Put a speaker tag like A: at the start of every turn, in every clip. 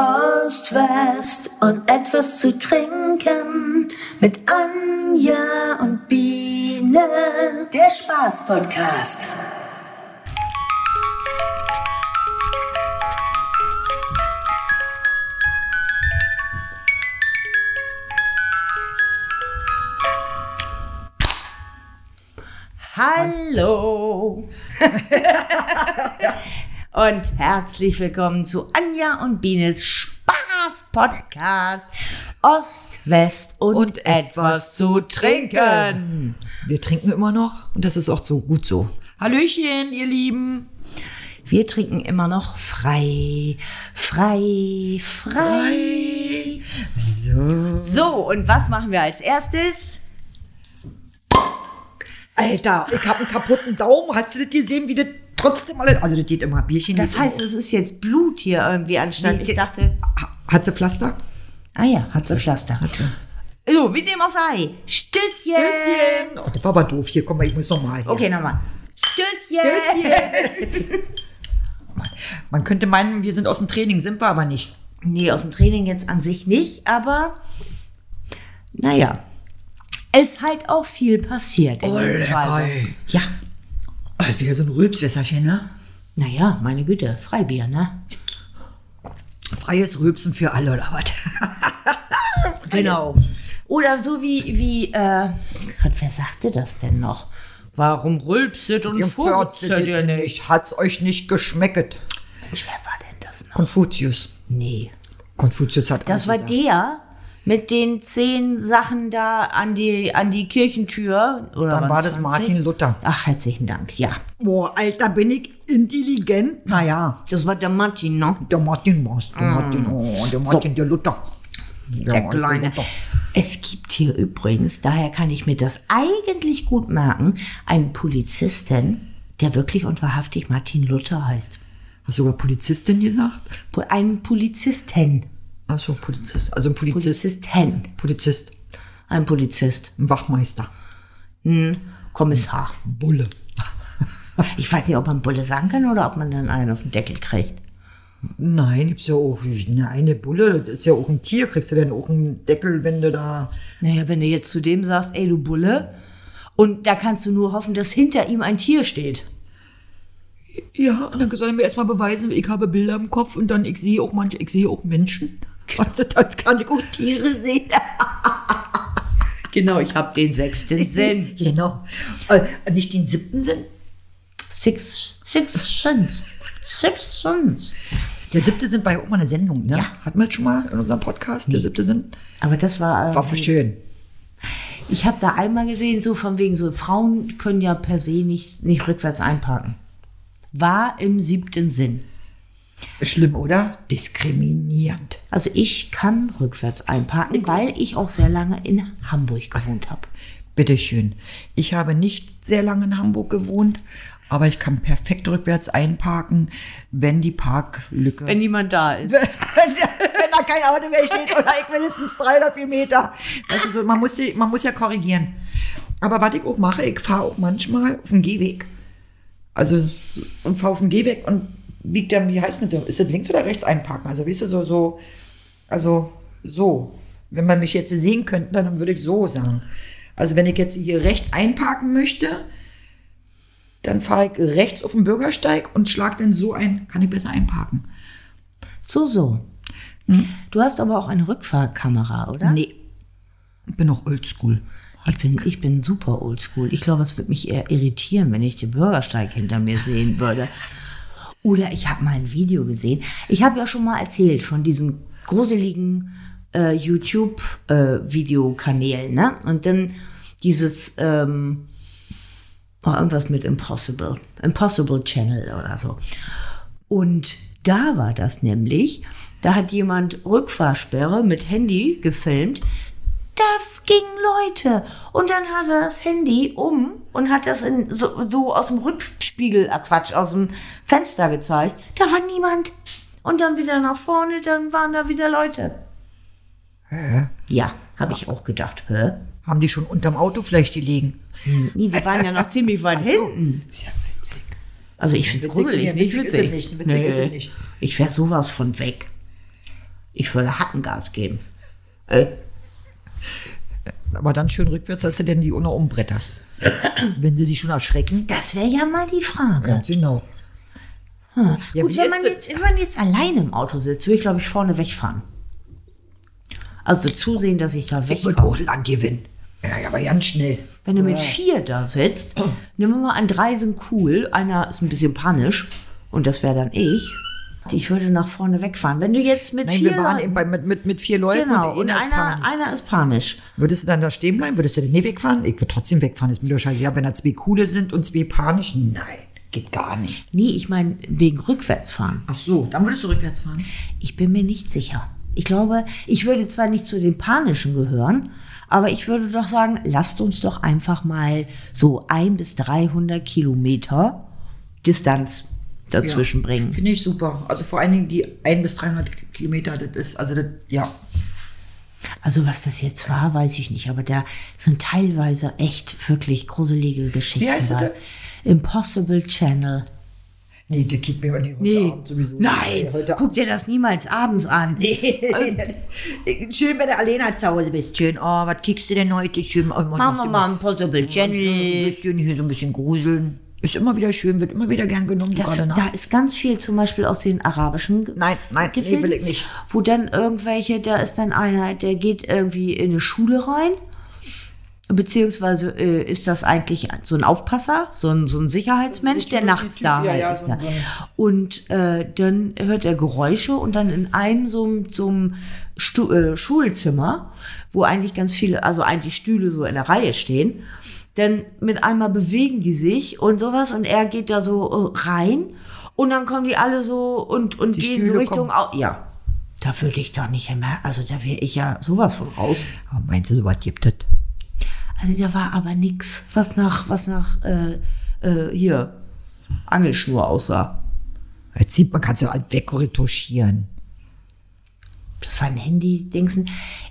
A: Ost, West und etwas zu trinken mit Anja und Biene. Der Spaß-Podcast.
B: Hallo und herzlich willkommen zu Anja und Bienes Spaß Podcast Ost, West und,
C: Und
B: etwas zu trinken.
C: Wir trinken immer noch und das ist auch so gut so. Hallöchen, ihr Lieben.
B: Wir trinken immer noch frei, frei, frei.
C: So.
B: So, und was machen wir als erstes?
C: Alter, ich hab einen kaputten Daumen. Hast du das gesehen, wie das trotzdem alles... Also das geht immer. Bierchen
B: Das
C: geht
B: heißt,
C: immer.
B: es ist jetzt Blut hier irgendwie anstatt.
C: Nee,
B: Ich
C: ge-
B: dachte,
C: Ha- Hat sie Pflaster?
B: ah ja, hat sie Pflaster.
C: Hat sie.
B: So, wie dem auch sei. Stößchen.
C: Stößchen. Oh, das war aber doof. Hier, komm mal, ich muss nochmal.
B: Okay, nochmal. Stößchen.
C: Man könnte meinen, wir sind aus dem Training, sind wir aber nicht.
B: Nee, aus dem Training jetzt an sich nicht, aber naja. Ist halt auch viel passiert in den
C: Alter,
B: zwei
C: geil.
B: Wochen. Ja,
C: Also wieder so ein Rülpswässerchen, ne?
B: naja, meine Güte, Freibier, ne?
C: Freies Rülpsen für alle, oder was? genau.
B: Oder so wie, wie, äh, Gott, wer sagte das denn noch? Warum rülpset und
C: Ihr
B: furzet
C: furztet
B: ihr
C: ihr
B: nicht?
C: nicht. Hat's euch nicht geschmecket.
B: Wer war denn das noch?
C: Konfuzius.
B: Nee.
C: Konfuzius hat
B: Das
C: alles
B: war
C: gesagt.
B: der mit den zehn Sachen da an die, an die Kirchentür. Oder
C: Dann
B: waren's
C: war das
B: 20?
C: Martin Luther.
B: Ach, herzlichen Dank, ja.
C: Boah, Alter, bin ich intelligent? Naja,
B: Das war der Martin, ne?
C: der Martin war's. Der Martin, oh, der Martin, der Luther. Der,
B: Der
C: Martin
B: Kleine.
C: Luther.
B: Es gibt hier übrigens, daher kann ich mir das eigentlich gut merken, einen Polizisten, der wirklich und wahrhaftig Martin Luther heißt.
C: Hast du sogar Polizistin gesagt?
B: Po- Einen Polizisten.
C: Achso, Polizist. Also ein Polizist.
B: Polizisten.
C: Polizist.
B: Ein Polizist.
C: Ein Wachmeister.
B: Kommissar.
C: Bulle.
B: Ich weiß nicht, ob man Bulle sagen kann oder ob man dann einen auf den Deckel kriegt.
C: Nein, gibt's ja auch eine, eine Bulle. Das ist ja auch ein Tier. Kriegst du denn auch einen Deckel, wenn du da.
B: Naja, wenn du jetzt zu dem sagst, ey du Bulle, und da kannst du nur hoffen, dass hinter ihm ein Tier steht.
C: Ja, und dann soll er mir erstmal beweisen, ich habe Bilder im Kopf und dann ich sehe auch manche, ich sehe auch Menschen. Also, das kann ich auch Tiere sehen.
B: Genau, ich hab den sechsten Sinn.
C: Genau. Äh, nicht den siebten Sinn.
B: Six, six Sins. Six Sins.
C: Der siebte Sinn war ja auch mal eine Sendung, ne?
B: Ja.
C: Hatten wir das schon mal in unserem Podcast, der siebte Sinn?
B: Aber das war. ähm,
C: War voll schön.
B: Ich habe da einmal gesehen, so von wegen so, Frauen können ja per se nicht, nicht rückwärts einparken. War im siebten Sinn.
C: Schlimm, oder? Diskriminierend.
B: Also ich kann rückwärts einparken, weil ich auch sehr lange in Hamburg gewohnt habe.
C: Bitteschön. Ich habe nicht sehr lange in Hamburg gewohnt, aber ich kann perfekt rückwärts einparken, wenn die Parklücke...
B: niemand da ist.
C: wenn, wenn da kein Auto mehr steht oder ich mindestens 300 Meter. Weißt du, so, man, muss die, man muss ja korrigieren. Aber was ich auch mache, ich fahre auch manchmal auf dem Gehweg. Also, und fahre auf dem Gehweg und bieg dann, wie heißt das denn? Ist das links oder rechts einparken? Also, weißt du, so, so, also, so. Wenn man mich jetzt sehen könnte, dann würde ich so sagen. Also, wenn ich jetzt hier rechts einparken möchte, dann fahre ich rechts auf den Bürgersteig und schlag dann so ein, kann ich besser einparken.
B: So, so. Du hast aber auch eine Rückfahrkamera, oder?
C: Nee. Ich bin noch oldschool.
B: Ich bin, ich bin super oldschool. Ich glaube, es würde mich eher irritieren, wenn ich den Bürgersteig hinter mir sehen würde. Oder ich habe mal ein Video gesehen. Ich habe ja schon mal erzählt von diesen gruseligen äh, YouTube-Videokanälen, ne? Und dann dieses ähm, oh, irgendwas mit Impossible. Impossible Channel oder so. Und da war das nämlich, da hat jemand Rückfahrsperre mit Handy gefilmt. Da f- gingen Leute. Und dann hat er das Handy um und hat das in, so, so aus dem Rückspiegel, äh Quatsch, aus dem Fenster gezeigt. Da war niemand. Und dann wieder nach vorne, dann waren da wieder Leute. Hä? Ja, habe ich auch gedacht. Hä?
C: Haben die schon unterm Auto vielleicht gelegen?
B: Nee, die waren ja noch ziemlich weit hinten.
C: Ist ja witzig.
B: Also ich finde es
C: Witzig-
B: gruselig,
C: ja,
B: nicht
C: witzig
B: witzig.
C: ist es nicht, witzig ist es nicht.
B: Ich wäre sowas von weg. Ich würde Hackengas geben.
C: Aber dann schön rückwärts, dass du denn die ohne umbretterst. Wenn sie dich schon erschrecken.
B: Das wäre ja mal die Frage.
C: Ganz genau. Ja,
B: Gut,
C: wie
B: wenn man,
C: ist das?
B: jetzt, wenn man jetzt alleine im Auto sitzt, würde ich, glaube ich, vorne wegfahren. Also zusehen, dass ich da
C: Ich würde
B: wegfahre.
C: auch Land gewinnen. Ja, aber ganz schnell.
B: Wenn du mit vier da sitzt, nehmen wir mal an, drei sind cool, einer ist ein bisschen panisch und das wäre dann ich. Ich würde nach vorne wegfahren. Wenn du jetzt mit
C: Nein,
B: vier
C: wir waren
B: Leuten-
C: eben bei, mit, mit, mit vier Leuten
B: genau,
C: und,
B: und
C: einer ist
B: einer,
C: panisch.
B: einer ist panisch.
C: Würdest du dann da stehen bleiben? Würdest du denn nie wegfahren? Ich würde trotzdem wegfahren. Ist mir doch scheiße. Ja, wenn da zwei coole sind und zwei panisch. Nein, geht gar nicht.
B: Nee, ich meine wegen rückwärtsfahren.
C: Ach so, dann würdest du rückwärts fahren.
B: Ich bin mir nicht sicher. Ich glaube, ich würde zwar nicht zu den Panischen gehören, aber ich würde doch sagen, lasst uns doch einfach mal so ein bis 300 Kilometer Distanz dazwischen bringen.
C: Finde ich super. Also vor allen Dingen die 1 bis 300 Kilometer, das ist, also das, ja.
B: Also was das jetzt war, weiß ich nicht, aber da sind teilweise echt wirklich gruselige Geschichten.
C: Wie heißt das
B: bei.
C: denn?
B: Impossible Channel.
C: Nee, der geht mir nicht heute Abend sowieso.
B: Nein,
C: Nee, heute
B: guck dir das niemals abends an. also
C: Abend. Schön, wenn du alleine zu Hause bist. Schön, oh, was kickst du denn heute? Schön, oh,
B: Machen wir mal Impossible
C: Ein
B: Channel.
C: bisschen hier so ein bisschen gruseln. Ist immer wieder schön, wird immer wieder gern genommen.
B: Das,
C: gerade ne? nach-
B: Also da ist ganz viel zum Beispiel aus den arabischen Ge-
C: Nein, nein, nee,
B: Gefilden,
C: will ich nicht.
B: Wo dann irgendwelche, da ist dann einer, der geht irgendwie in eine Schule rein. Beziehungsweise äh, ist das eigentlich so ein Aufpasser, so ein, so ein Sicherheitsmensch, der nachts
C: Typ,
B: da
C: ja,
B: halt
C: ja,
B: ist.
C: so ein- so ein-
B: und äh, dann hört er Geräusche und dann in einem so, einem- so einem Stu äh, Schulzimmer, wo eigentlich ganz viele, also eigentlich Stühle so in der Reihe stehen, dann mit einmal bewegen die sich und sowas und er geht da so äh, rein und dann kommen die alle so und, und
C: Die
B: gehen so
C: Stühle
B: Richtung,
C: kommen.
B: au- ja. Da würde ich doch nicht mehr, also da wäre ich ja sowas von raus.
C: Aber meinst du, sowas gibt es?
B: Also da war aber nix, was nach, was nach äh, äh, hier Angelschnur aussah.
C: Jetzt sieht man, kannst du halt wegretuschieren.
B: Das war ein Handy-Dingsen.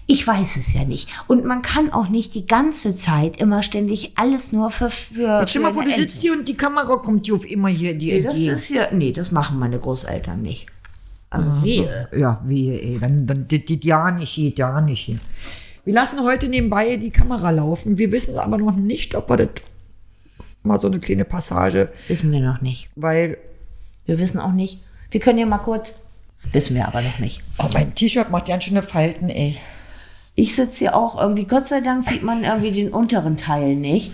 B: Ich weiß es ja nicht. Und man kann auch nicht die ganze Zeit immer ständig alles nur für. für
C: Stell mal
B: für
C: vor, du
B: eine
C: sitzt hier und die Kamera kommt dir auf immer hier dir
B: Ente. Nee,
C: entgegen.
B: das ist ja. Nee, das machen meine Großeltern nicht. Also wehe.
C: Ja, wie, ey, dann, dann das geht ja nicht hier, ja nicht hier. Wir lassen heute nebenbei die Kamera laufen. Wir wissen aber noch nicht, ob wir das mal so eine kleine Passage,
B: Wissen wir noch nicht.
C: weil,
B: Wir wissen auch nicht. Wir können ja mal kurz. Wissen wir aber noch nicht.
C: oh, mein T-Shirt macht ganz schöne Falten, ey.
B: Ich sitze hier auch irgendwie. Gott sei Dank sieht man irgendwie den unteren Teil nicht.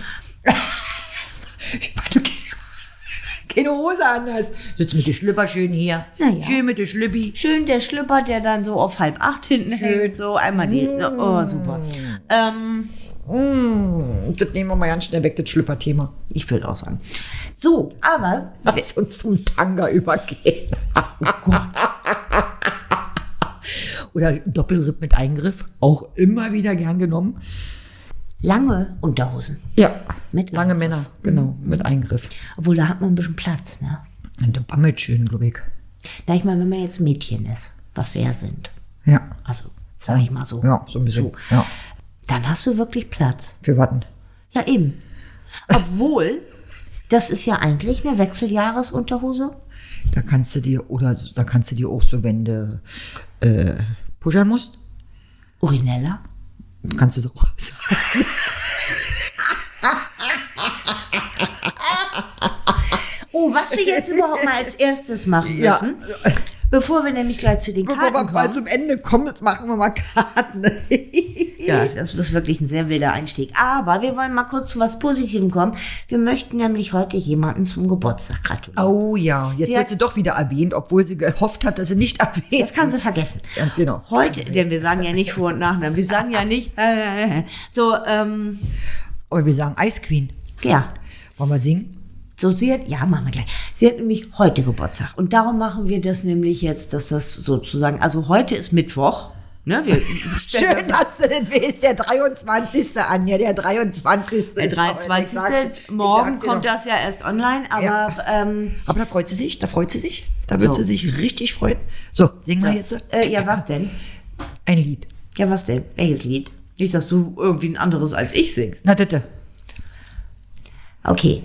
C: Weil du keine Hose an hast. Sitzt mit den Schlüpper schön hier.
B: Na ja.
C: Schön mit den Schlüppi.
B: Schön der Schlüpper, der dann so auf halb acht hinten hängt. So einmal die. Oh, super. Ähm,
C: Mm, das nehmen wir mal ganz schnell weg, das Schlüpper-Thema.
B: ich würde auch sagen. So, aber
C: Lass uns zum Tanga übergehen. Oh Oder Doppelripp mit Eingriff, auch immer wieder gern genommen.
B: lange Unterhosen.
C: Ja,
B: Mit
C: lange Männer, genau, mit Eingriff.
B: Obwohl, da hat man ein bisschen Platz, ne?
C: Und der bammelt schön, glaube ich.
B: Na, ich meine, wenn man jetzt Mädchen ist, was wir ja sind,
C: Ja,
B: also sag ich mal so,
C: ja, so ein bisschen. Ja,
B: dann hast du wirklich Platz.
C: für warten.
B: Ja, eben. Obwohl, das ist ja eigentlich eine Wechseljahresunterhose.
C: Da kannst du dir, oder so- da kannst du dir auch so, wenn du äh, pushern musst,
B: Urinella.
C: kannst du so.
B: Oh, was wir jetzt überhaupt mal als erstes machen müssen,
C: Ja.
B: bevor wir nämlich gleich zu den
C: Bevor wir
B: Karten
C: mal
B: kommen.
C: zum Ende kommen, jetzt machen wir mal Karten.
B: Ja, das ist wirklich ein sehr wilder Einstieg. Aber wir wollen mal kurz zu was Positivem kommen. Wir möchten nämlich heute jemanden zum Geburtstag gratulieren.
C: Oh ja, jetzt
B: Sie
C: wird
B: hat-
C: sie doch wieder erwähnt, obwohl sie gehofft hat, dass sie nicht erwähnt
B: Das kann sie vergessen.
C: Ganz genau.
B: Heute, denn wir sagen ja nicht Vor- und Nachnamen. Wir sagen ja nicht. Äh, so, ähm,
C: Aber wir sagen Ice Queen.
B: ja.
C: Wollen wir singen?
B: So, sie hat, ja, machen wir gleich. Sie hat nämlich heute Geburtstag. Und darum machen wir das nämlich jetzt, dass das sozusagen, also heute ist Mittwoch. Ne, wir stellen
C: Schön, dass du den weißt, der 23. Anja, der 23.
B: das, der
C: ist heute. Ich sag's-
B: 23.
C: ich
B: Morgen
C: sag's dir
B: kommt
C: doch.
B: das ja erst online, aber ähm,
C: Aber da freut sie sich, da freut sie sich. Da wird
B: So.
C: sie sich richtig freuen. So, singen wir jetzt
B: äh, Also. ja, was denn?
C: ein Lied.
B: Ja, was denn? Welches Lied? Nicht, dass du irgendwie ein anderes als ich singst.
C: Na, bitte.
B: Okay.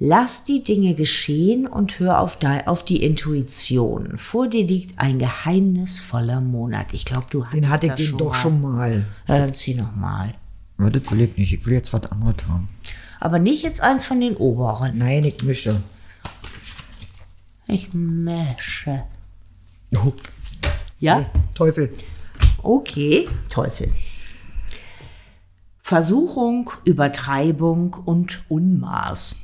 B: Lass die Dinge geschehen und hör auf, dei- auf die Intuition. Vor dir liegt ein geheimnisvoller Monat. Ich glaube, du hattest
C: Den hatte ich
B: das
C: den
B: schon
C: doch
B: mal.
C: schon mal.
B: Ja, dann zieh nochmal.
C: Ja, das will ich nicht. Ich will jetzt was anderes haben.
B: Aber nicht jetzt eins von den oberen.
C: Nein, ich mische.
B: Ich mische.
C: Oh,
B: Ja?
C: Teufel.
B: Okay, Teufel. Versuchung, Übertreibung und Unmaß.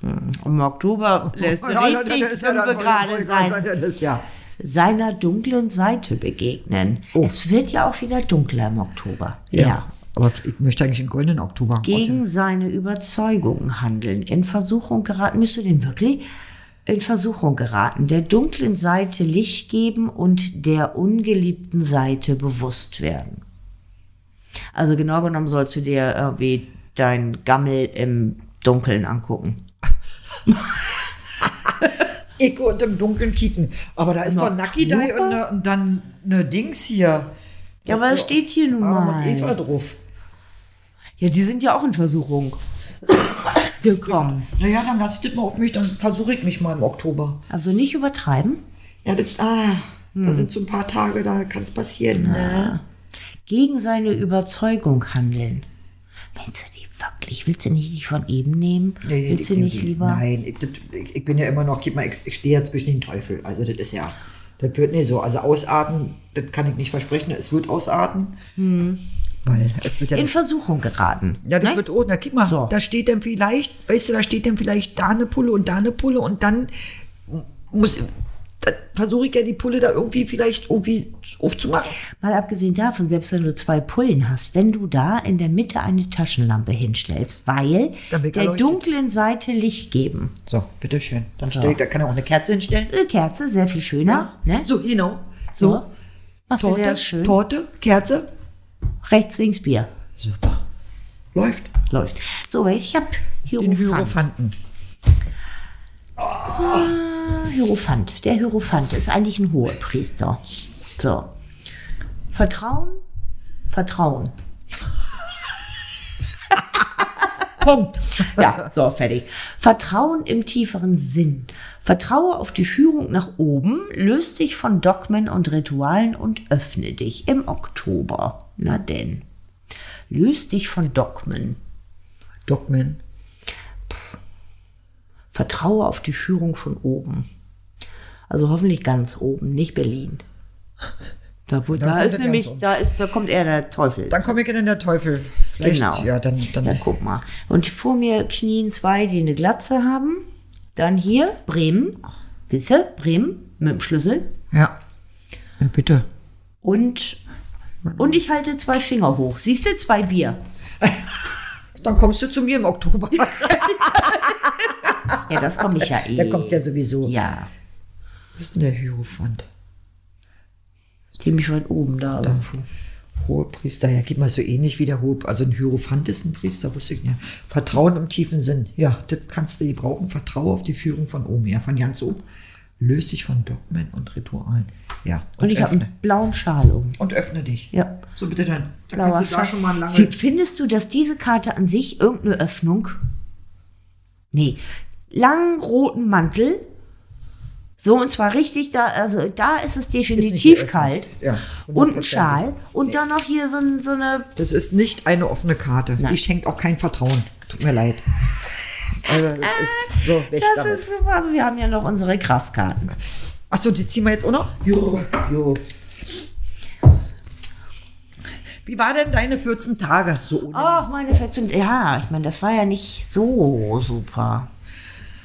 B: Hm, Im Oktober lässt du
C: Ja, das-
B: richtig
C: das ist ja
B: sind wir
C: dann-
B: gerade sein.
C: Das ist ja...
B: Seiner dunklen Seite begegnen. Es wird ja auch wieder dunkler im Oktober. Oh. ja.
C: Aber ich möchte eigentlich einen goldenen Oktober.
B: gegen seine Überzeugungen handeln. In Versuchung geraten, müsst du den wirklich in Versuchung geraten, der dunklen Seite Licht geben und der ungeliebten Seite bewusst werden. Also genau genommen sollst du dir irgendwie dein Gammel im Dunkeln angucken.
C: Ich und im Dunkeln kicken. Aber da ist
B: Im
C: doch Nucky Dye
B: Oktober?
C: und, ne, und dann eine Dings hier.
B: Ja,
C: Ist
B: aber das
C: doch
B: steht hier nun
C: Adam und
B: mal.
C: Eva drauf.
B: Ja, die sind ja auch in Versuchung gekommen.
C: Naja, dann lass ich das mal auf mich, dann versuche ich mich mal im Oktober.
B: Also nicht übertreiben.
C: Ja, das, ah, da
B: Hm.
C: sind so ein paar Tage, da kann es passieren. Ne?
B: gegen seine Überzeugung handeln. Willst du die wirklich? Willst du nicht die von eben nehmen?
C: Nee,
B: Willst du
C: ich-
B: nicht
C: ich-
B: lieber?
C: Nein, ich, das, ich, ich bin ja immer noch, gib mal, ich, ich stehe ja zwischen den Teufel. Also das ist ja,
B: Hm.
C: das wird nicht so. Also ausarten, das kann ich nicht versprechen, es wird ausarten. Weil es wird ja.
B: in Versuchung geraten.
C: ja, das
B: ne?
C: wird, oh, na, guck mal,
B: So.
C: da steht dann vielleicht, weißt du, da steht dann vielleicht da eine Pulle und da eine Pulle und dann muss, da versuche ich ja die Pulle da irgendwie vielleicht irgendwie aufzumachen.
B: Mal abgesehen davon, selbst wenn du zwei Pullen hast, wenn du da in der Mitte eine Taschenlampe hinstellst, weil
C: Dann wird
B: der
C: geleuchtet.
B: dunklen Seite Licht geben.
C: So, bitteschön. Dann stell ich, da kann er auch eine Kerze hinstellen.
B: Eine Kerze, sehr viel schöner. Ne?
C: So, genau.
B: So.
C: So,
B: Machst du dir
C: Torte,
B: das schön?
C: Torte, Kerze.
B: Rechts, links Bier.
C: Super. Läuft.
B: Läuft. So, weil ich habe
C: Den
B: Hierophant.
C: Hierophanten.
B: Ah, Hierophant. Der Hierophant ist eigentlich ein Hohepriester. So. Vertrauen, Vertrauen. Punkt. Ja, so, fertig. Vertrauen im tieferen Sinn. Vertraue auf die Führung nach oben, löst dich von Dogmen und Ritualen und öffne dich im Oktober. Na denn. Löst dich von Dogmen.
C: Dogmen.
B: Vertraue auf die Führung von oben. Also hoffentlich ganz oben, nicht Berlin. Da, wo, da
C: kommt
B: ist
C: er
B: nämlich,
C: ganz oben.
B: da ist, da kommt eher der Teufel.
C: Dann komme ich in der Teufel. Vielleicht,
B: Genau.
C: ja, dann, dann
B: Ja, guck mal. Und vor mir knien zwei, die eine Glatze haben. Dann hier Bremen, wisse, Bremen mit dem Schlüssel.
C: Ja. Ja, bitte.
B: Und, und ich halte zwei Finger hoch. Siehst du, zwei Bier.
C: Dann kommst du zu mir im Oktober.
B: Ja, das komme ich ja eh.
C: Dann kommst du ja sowieso.
B: Ja,
C: Was ist denn der Hierophant?
B: ziemlich weit oben da. irgendwo.
C: Hohepriester, ja, geht mal so ähnlich wie der Hohe. Also ein Hierophant ist ein Priester, wusste ich nicht. Vertrauen im tiefen Sinn. Ja, das kannst du brauchen. Vertraue auf die Führung von oben. Ja, von ganz oben. Löse dich von Dogmen und Ritualen. Ja.
B: Und ich habe
C: öffne.
B: einen blauen Schal um.
C: Und öffne dich.
B: Ja.
C: So, bitte dann. Da
B: Blauer
C: kannst du da
B: Schal.
C: schon mal lange.
B: Sie, findest du, dass diese Karte an sich irgendeine Öffnung? Nee. Langen roten Mantel. So, und zwar richtig, da, also da ist es definitiv
C: geöffnet.
B: kalt.
C: Ja,
B: und ein
C: 100%.
B: Schal. Und dann noch hier so, ein- so eine.
C: Das ist nicht eine offene Karte.
B: Nein.
C: Die schenkt auch kein Vertrauen. Tut mir leid. Also, das ist so weg
B: Das
C: damit.
B: ist super. Wir haben ja noch unsere Kraftkarten.
C: Achso, die ziehen wir jetzt auch noch? Jo, jo. Wie war denn deine 14 Tage? So ohne.
B: Ach, meine Verzündung. Ja, ich meine, das war ja nicht so super.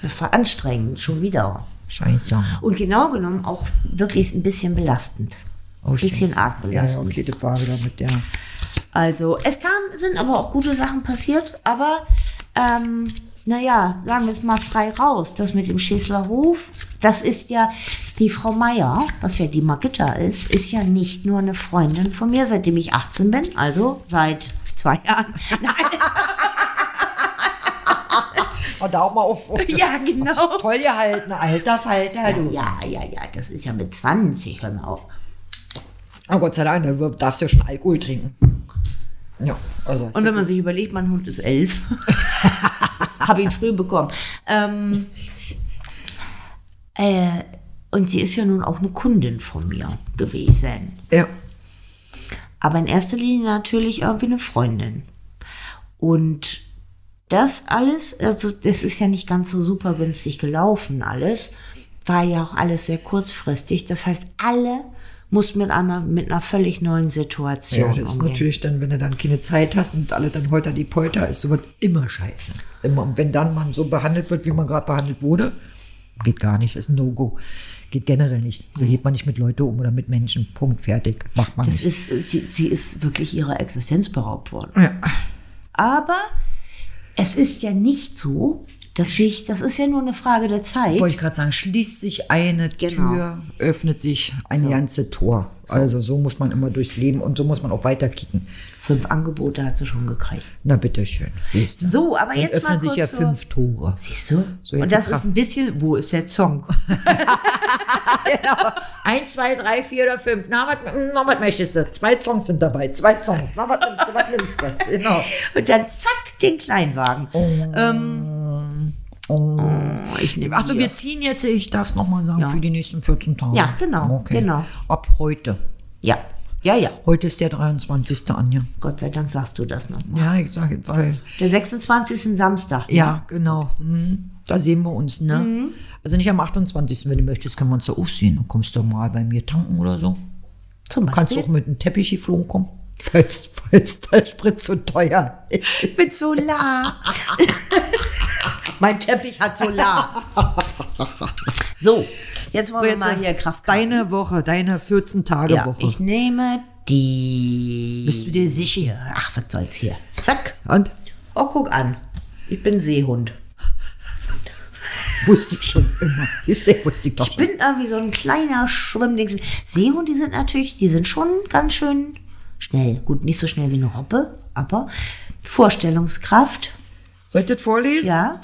B: Das war anstrengend, schon wieder.
C: Scheiße.
B: Und genau genommen auch wirklich ein bisschen belastend.
C: Oh,
B: Ein bisschen
C: Scheiße.
B: arg
C: Ja,
B: belastend.
C: ja, okay, das war wieder mit der.
B: Also, es kam, sind aber auch gute Sachen passiert, aber ähm, naja, sagen wir es mal frei raus. Das mit dem Schäßler Hof, das ist ja die Frau Meier, was ja die Margitta ist, ist ja nicht nur eine Freundin von mir, seitdem ich 18 bin, also seit zwei Jahren.
C: Und Ah, da auch mal auf. auf
B: ja, genau.
C: Toll gehalten, alter Falter, du.
B: Ja, ja, ja, das ist ja mit 20, hör mal auf.
C: Oh Gott sei Dank, da darfst du ja schon Alkohol trinken. Ja, also.
B: Und wenn man sich überlegt, mein Hund ist elf, habe ihn früh bekommen. Ähm, äh, und sie ist ja nun auch eine Kundin von mir gewesen.
C: ja.
B: Aber in erster Linie natürlich irgendwie eine Freundin. Und das alles, also das ist ja nicht ganz so super günstig gelaufen alles, war ja auch alles sehr kurzfristig. Das heißt, alle mussten mit einmal mit einer völlig neuen
C: Ja,
B: Situation
C: das ist
B: umgehen.
C: natürlich dann, wenn du dann keine Zeit hast und alle dann holter die Polter, ist sowas immer scheiße. Immer, und wenn dann man so behandelt wird, wie man gerade behandelt wurde, geht gar nicht, ist ein No-Go. Geht generell nicht. So geht man nicht mit Leuten um oder mit Menschen. Punkt, fertig. Macht man
B: Das
C: nicht.
B: ist, äh, sie, sie ist wirklich ihrer Existenz beraubt worden.
C: Ja.
B: Aber es ist ja nicht so, dass ich, das ist ja nur eine Frage der Zeit.
C: Wollte ich gerade sagen, schließt sich eine
B: Genau.
C: Tür, öffnet sich ein ganze Tor. Also so muss man immer durchs Leben und so muss man auch weiter kicken.
B: Fünf Angebote hat sie schon gekriegt.
C: Na bitteschön. Siehst du.
B: So, aber
C: Dann
B: jetzt mal
C: öffnen sich
B: kurz
C: ja
B: zur-
C: fünf Tore.
B: Siehst du?
C: So, jetzt
B: Und das
C: die Kraft.
B: ist ein bisschen, wo ist der Song?
C: Eins, zwei, drei, vier oder fünf. Na, was, na, was möchtest du? Zwei Songs sind dabei. Zwei Songs. Na, was nimmst du? Was nimmst du? Genau.
B: Und dann zack, den Kleinwagen. Ähm, oh, ich nehme
C: Achso,
B: hier.
C: wir ziehen jetzt, ich darf es nochmal sagen,
B: Ja.
C: für die nächsten 14 Tage.
B: Ja, genau, genau.
C: Ab heute.
B: Ja, ja, ja.
C: Heute ist der 23. Anja.
B: Gott sei Dank sagst du das noch.
C: Ja, ich sage, weil,
B: Der 26. Samstag.
C: ja, genau. Hm, da sehen wir uns, ne? Also nicht am 28. Wenn du möchtest, können wir uns da auch sehen. Dann kommst du mal bei mir tanken oder so.
B: Zum
C: Kannst du
B: Beispiel.
C: auch mit einem Teppich geflogen kommen? Falls, falls der Sprit so teuer ist.
B: Mit Solar. mein Teppich hat Solar. so, jetzt wollen
C: So,
B: wir
C: jetzt
B: mal
C: so
B: hier Kraft.
C: Deine Woche, deine 14-Tage-Woche.
B: Ja, ich nehme die.
C: Bist du dir sicher?
B: Ach, was soll's hier?
C: Zack. Und
B: Oh, guck an. Ich bin Seehund.
C: wusste ich schon immer. Siehst du, wusste ich doch
B: Ich
C: schon.
B: bin irgendwie so ein kleiner Schwimmdings. Seehund, die sind natürlich, die sind schon ganz schön schnell. Gut, nicht so schnell wie eine Robbe, aber Vorstellungskraft.
C: Soll ich das vorlesen?
B: Ja.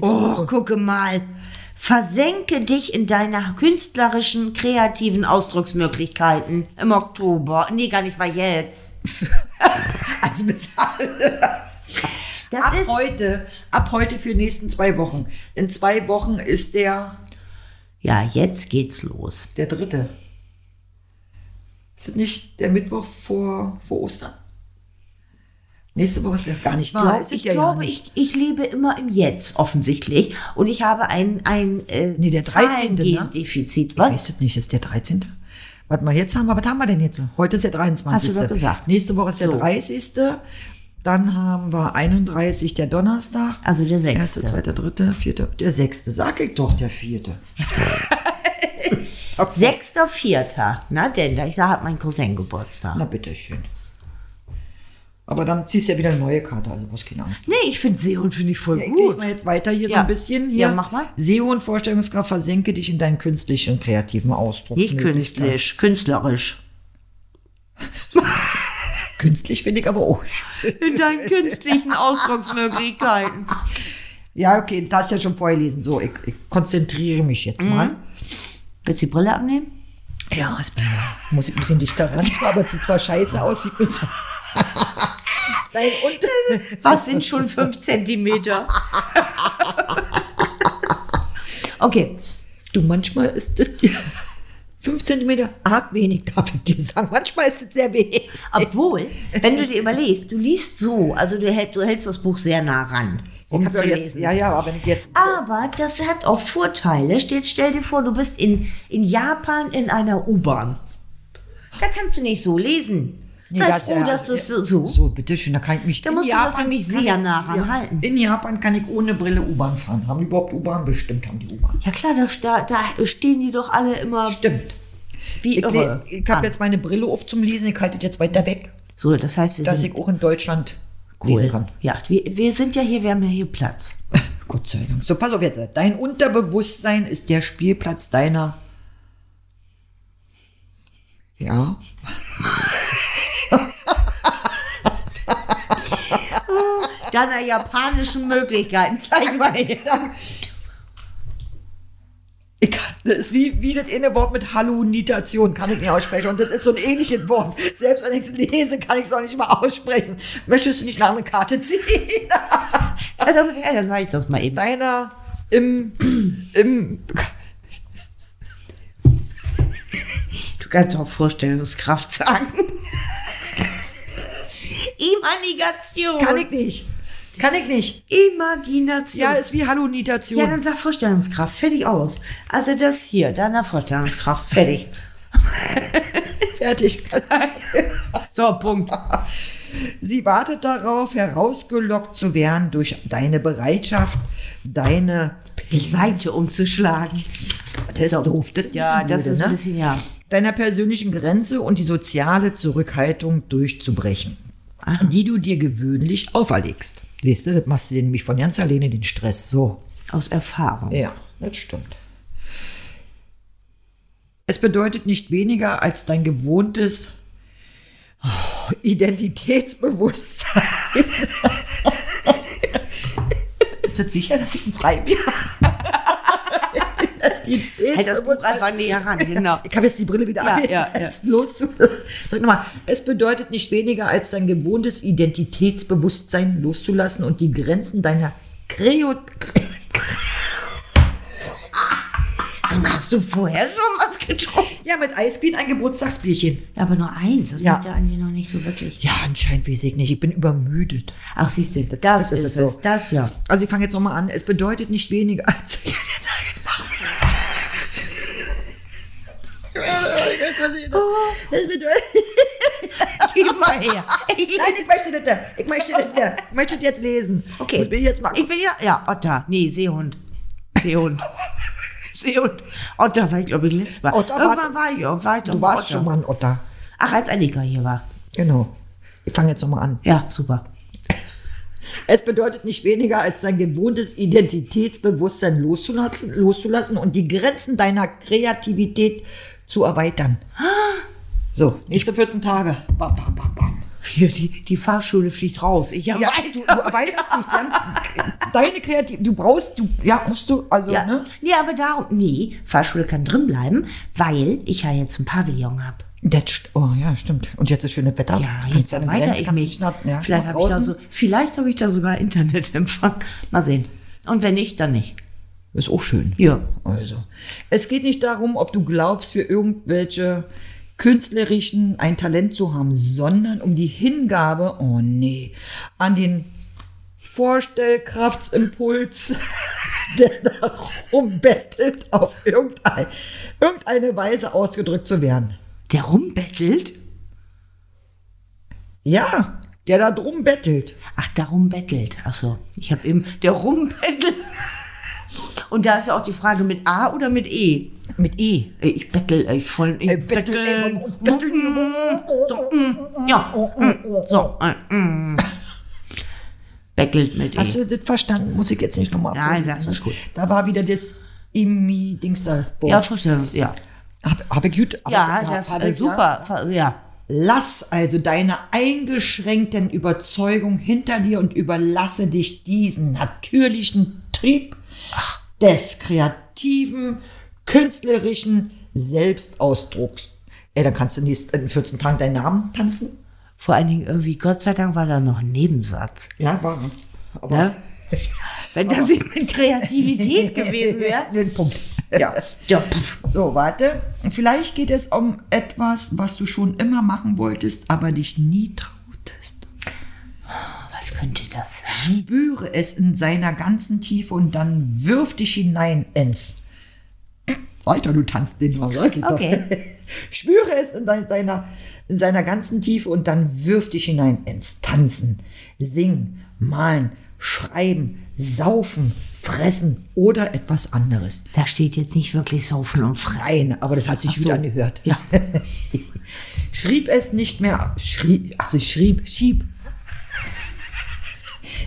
B: Oh, gucke mal. Versenke dich in deine künstlerischen, kreativen Ausdrucksmöglichkeiten im Oktober. Nee, gar nicht, war jetzt.
C: Also bezahlen.
B: Das
C: Ab
B: ist
C: heute, ab heute für die nächsten zwei Wochen. In zwei Wochen ist der,
B: Ja, jetzt geht's los.
C: der dritte. Ist das nicht der Mittwoch vor, vor Ostern? Nächste Woche ist der gar nicht wahr.
B: Glaub,
C: ist es
B: ich
C: der ja
B: glaube,
C: nicht.
B: ich, ich lebe immer im Jetzt, offensichtlich. Und ich habe ein, ein äh,
C: Nee, der 13., ne?
B: Zahlendefizit. Was?
C: Ich weiß es nicht, ist der 13. Warte mal, jetzt haben wir, was haben wir denn jetzt? Heute ist der 23.
B: Hast du doch gesagt.
C: Nächste Woche ist der
B: So.
C: 30. Dann haben wir 31. der Donnerstag.
B: Also der 6.
C: Erste, zweite, dritte, vierte, der sechste. Sag ich doch, der vierte.
B: Sechster, Vierter. Na denn, da ich- da hat mein Cousin Geburtstag.
C: Na bitteschön. Aber dann ziehst du ja wieder eine neue Karte, also brauchst keine Angst.
B: Nee, ich finde Seehund finde ich voll
C: Ich lese
B: gut.
C: mal jetzt weiter hier so
B: Ja.
C: ein bisschen. Hier.
B: Ja, mach mal.
C: SEO und Vorstellungskraft versenke dich in deinen künstlichen und kreativen Ausdruck.
B: Nicht künstlich, künstlerisch.
C: Künstlich finde ich aber auch.
B: In deinen künstlichen Ausdrucksmöglichkeiten.
C: Ja, okay, das ist ja schon vorgelesen. So, ich, ich konzentriere mich
B: Mhm.
C: jetzt mal.
B: Willst du die Brille abnehmen?
C: Ja, es bin Muss ich ein bisschen dichter ran, zwar, aber es sieht zwar scheiße aus, sieht mir zwar. Dein Unter.
B: Was sind schon fünf Zentimeter? okay,
C: Du, manchmal ist das. 5 cm arg wenig, darf ich dir sagen. Manchmal ist es sehr wenig.
B: Obwohl, wenn du dir überlegst, du liest so, also du, hält, du hältst das Buch sehr nah ran, um
C: hab ja
B: zu
C: jetzt,
B: lesen.
C: ja, ja, aber wenn ich jetzt.
B: Aber das hat auch Vorteile. Steht, stell dir vor, du bist in, in Japan in einer U-Bahn. Da kannst du nicht so lesen.
C: Nee,
B: Sei
C: das-
B: froh,
C: ja,
B: dass du es so, so.
C: So, bitteschön, da kann ich mich.
B: Da
C: in
B: musst du das nämlich
C: kann
B: sehr
C: ich-
B: nah ranhalten.
C: In Japan kann ich ohne Brille U-Bahn fahren. Haben die überhaupt U-Bahn? Bestimmt haben die U-Bahn.
B: Ja klar, da, sta- da stehen die doch alle immer
C: Stimmt.
B: wie
C: Ich, le-
B: irre.
C: ich habe
B: an.
C: jetzt meine Brille auf zum Lesen. Ich halte das jetzt weiter weg,
B: so, das heißt, wir
C: dass
B: sind
C: ich auch in Deutschland lesen
B: Hm. cool.
C: kann.
B: Ja, wir, wir sind ja hier, wir haben ja hier Platz.
C: Gott sei Dank. So, pass auf jetzt. Dein Unterbewusstsein ist der Spielplatz deiner. Ja.
B: Deiner japanischen Möglichkeiten. Zeig mal her.
C: Ich kann, das ist wie, wie das eine Wort mit Hallunitation, kann ich nicht aussprechen. Und das ist so ein ähnliches Wort. Selbst wenn ich es lese, kann ich es auch nicht mal aussprechen. Möchtest du nicht eine andere Karte ziehen?
B: Ja, dann, ja, dann mache ich das mal eben.
C: Deiner im. im
B: Du kannst auch Vorstellungskraft sagen. Imagination.
C: kann ich nicht. Kann ich nicht.
B: Imagination.
C: Ja,
B: Ja,
C: ist wie Hallunitation.
B: dann sag Vorstellungskraft. Fertig aus. Also das hier, deiner Vorstellungskraft. Fertig.
C: fertig.
B: So, Punkt.
C: Sie wartet darauf, herausgelockt zu werden durch deine Bereitschaft, deine.
B: Die Seite umzuschlagen.
C: Das ist doof. Das ist
B: Ja,
C: ein
B: das
C: Blöde,
B: ist
C: ne?
B: ein bisschen, ja.
C: deiner persönlichen Grenze und die soziale Zurückhaltung durchzubrechen, die du dir gewöhnlich auferlegst. Siehst du, das machst du dir nämlich von ganz alleine den Stress. So.
B: Aus Erfahrung.
C: Ja, das stimmt. Es bedeutet nicht weniger als dein gewohntes oh, Identitätsbewusstsein. Ist das sicher, dass ich ein Freibier
B: Halt das Buch einfach näher ran, genau.
C: ich habe jetzt die Brille wieder
B: Ja,
C: ab.
B: ja, ja.
C: Jetzt los. zu- Sag nochmal, es bedeutet nicht weniger als dein gewohntes Identitätsbewusstsein loszulassen und die Grenzen deiner Kreo
B: Sag mal, Hast du vorher schon was getrunken?
C: Ja, mit Eisbien ein Geburtstagsbierchen.
B: Ja, aber nur eins. Das
C: Ja.
B: ja. ja eigentlich noch nicht so wirklich.
C: Ja, anscheinend weiß ich nicht. Ich bin übermüdet.
B: Ach, siehst du, das, ist,
C: Das ist
B: es.
C: so.
B: Das ja.
C: Also ich fange jetzt nochmal an. Es bedeutet nicht weniger als. Es bedeutet,
B: Gib mal her.
C: Nein, ich möchte das. Ich möchte das. Ich möchte das jetzt lesen.
B: Okay.
C: Das will ich jetzt mal.
B: Ich bin ja, ja, Otter. Nee, Seehund. Seehund. Seehund. Otter war ich, glaube ich, letztes Mal.
C: Otter war-
B: Irgendwann war ich, auch, war ich doch
C: du
B: mal
C: warst
B: Otter.
C: schon mal ein Otter.
B: Ach, als Annika hier war.
C: Genau. Ich fange jetzt nochmal an.
B: Ja, super.
C: Es bedeutet nicht weniger, als sein gewohntes Identitätsbewusstsein loszulassen, loszulassen und die Grenzen deiner Kreativität zu erweitern. So, nächste 14 Tage. Bam, bam, bam, bam.
B: Hier, die, die Fahrschule fliegt raus. Ich
C: Ja,
B: erweitere.
C: du, du erweiterst nicht ganz deine Kreativität. Du brauchst, du, ja, musst du, also,
B: Ja.
C: ne?
B: Nee, aber darum, nee, Fahrschule kann drin bleiben, weil ich ja jetzt ein Pavillon habe.
C: Das, st- oh ja, stimmt. Und jetzt ist schönes Wetter.
B: Ja,
C: Du kannst
B: jetzt
C: deine
B: erweitere
C: Grenzen-
B: ich
C: kannst
B: mich.
C: dich nach- ja,
B: vielleicht
C: nach
B: habe ich, da
C: draußen.
B: so, vielleicht hab ich da sogar Internetempfang. Mal sehen. Und wenn nicht, dann nicht.
C: Ist auch schön.
B: Ja.
C: Also. Es geht nicht darum, ob du glaubst, für irgendwelche künstlerischen ein Talent zu haben, sondern um die Hingabe, oh nee, an den Vorstellkraftimpuls, der darum bettelt, auf irgendein, irgendeine Weise ausgedrückt zu werden.
B: Der rumbettelt?
C: Ja, der da drum bettelt.
B: Ach, der rumbettelt. Ach so, ich habe eben, der rumbettelt. Und da ist ja auch die Frage mit A oder mit E.
C: Mit E.
B: Ey, Ich bettel, ey, ich voll, ich
C: Ey,
B: bettel.
C: bettel, ey,
B: bettel.
C: bettel. Oh,
B: So, mm, ja, mm, so, äh, mm. bettelt mit
C: Hast
B: E.
C: du das verstanden? Muss ich jetzt nicht nochmal
B: Nein,
C: vorlesen.
B: das ist gut.
C: Da war wieder das Imi-Dings da. Boah.
B: Ja, verstehe, ja.
C: Hab, hab ich gut.
B: Ja,
C: hab-
B: das
C: hab
B: äh,
C: ich,
B: super, ver- ja.
C: Lass also deine eingeschränkten Überzeugungen hinter dir und überlasse dich diesen natürlichen Trieb des kreativen, künstlerischen Selbstausdrucks. Ey, dann kannst du nächst, in 14 Tagen deinen Namen tanzen.
B: Vor allen Dingen irgendwie, Gott sei Dank war da noch ein Nebensatz.
C: Ja, war. Aber
B: Ne? Wenn das eben mit Kreativität gewesen wäre.
C: Den Punkt. Ja.
B: Ja, pff.
C: So, warte. Vielleicht geht es um etwas, was du schon immer machen wolltest, aber dich nie trautest.
B: oh, Was könnte das sein?
C: Spüre es in seiner ganzen Tiefe und dann wirf dich hinein ins. Sag ich doch, du tanzt den mal, sag ich doch.
B: Okay.
C: Spüre es in dein- deiner, in seiner ganzen Tiefe und dann wirf dich hinein ins Tanzen, Singen, Malen, Schreiben, Saufen, Fressen oder etwas anderes.
B: Da steht jetzt nicht wirklich Saufen und Fressen.
C: Nein, aber das hat sich gut
B: so.
C: angehört.
B: Ja.
C: schrieb es nicht mehr. Schrieb, also schrieb, schieb.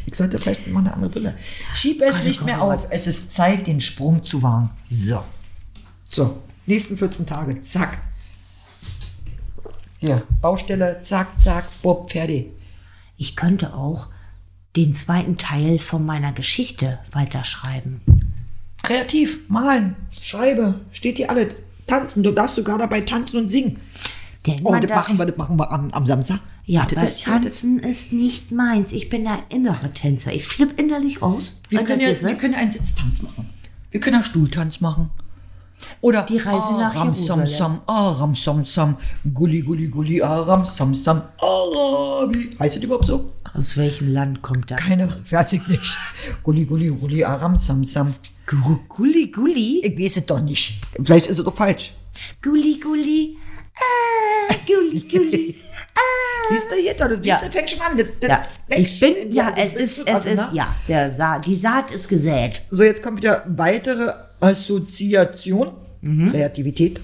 C: Ich sollte vielleicht mal eine andere Brille. Schieb es nicht mehr auf. Es ist Zeit, den Sprung zu wagen. So. So. Nächsten 14 Tage. Zack. Hier. Baustelle. Zack, zack. Bob, fertig.
B: Ich könnte auch den zweiten Teil von meiner Geschichte weiterschreiben.
C: Kreativ. Malen. Schreibe. Steht hier alles. Tanzen. Du darfst sogar dabei tanzen und singen.
B: Denn
C: Oh,
B: man
C: das
B: darf-
C: machen wir, das machen wir am, am Samstag.
B: Ja,
C: das
B: weil
C: ist ja das
B: Tanzen ist nicht meins. Ich bin der innere Tänzer. Ich flipp innerlich aus.
C: Wir
B: An
C: können,
B: der
C: ja,
B: Disse.
C: wir können einen Sitztanz machen. Wir können einen Stuhltanz machen. Oder
B: Die Reise
C: ah,
B: nach
C: ram, sam,
B: Jerusalem.
C: sam, ah, ram, sam, sam, gulli, gulli, gulli, ah, ram, sam, sam, arabi. Heißt das überhaupt so?
B: Aus welchem Land kommt das?
C: Keine, weiß ich nicht. Gulli, gulli, gulli, ah, ram, sam, sam.
B: Gu- Gulli Gulli?
C: Ich weiß es doch nicht. Vielleicht ist es doch falsch.
B: Gulli Gulli? Ah, Gulli Gulli.
C: Siehst du jetzt, du
B: Ja.
C: siehst, das fängt schon an. Das, das
B: Ja, ich
C: wächst schon in
B: bin,
C: die-
B: ja,
C: also
B: es
C: das
B: ist,
C: schon-
B: es
C: also,
B: ist,
C: ne?
B: ja, der Sa die Saat ist gesät.
C: So, jetzt kommt wieder weitere Assoziation, Kreativität,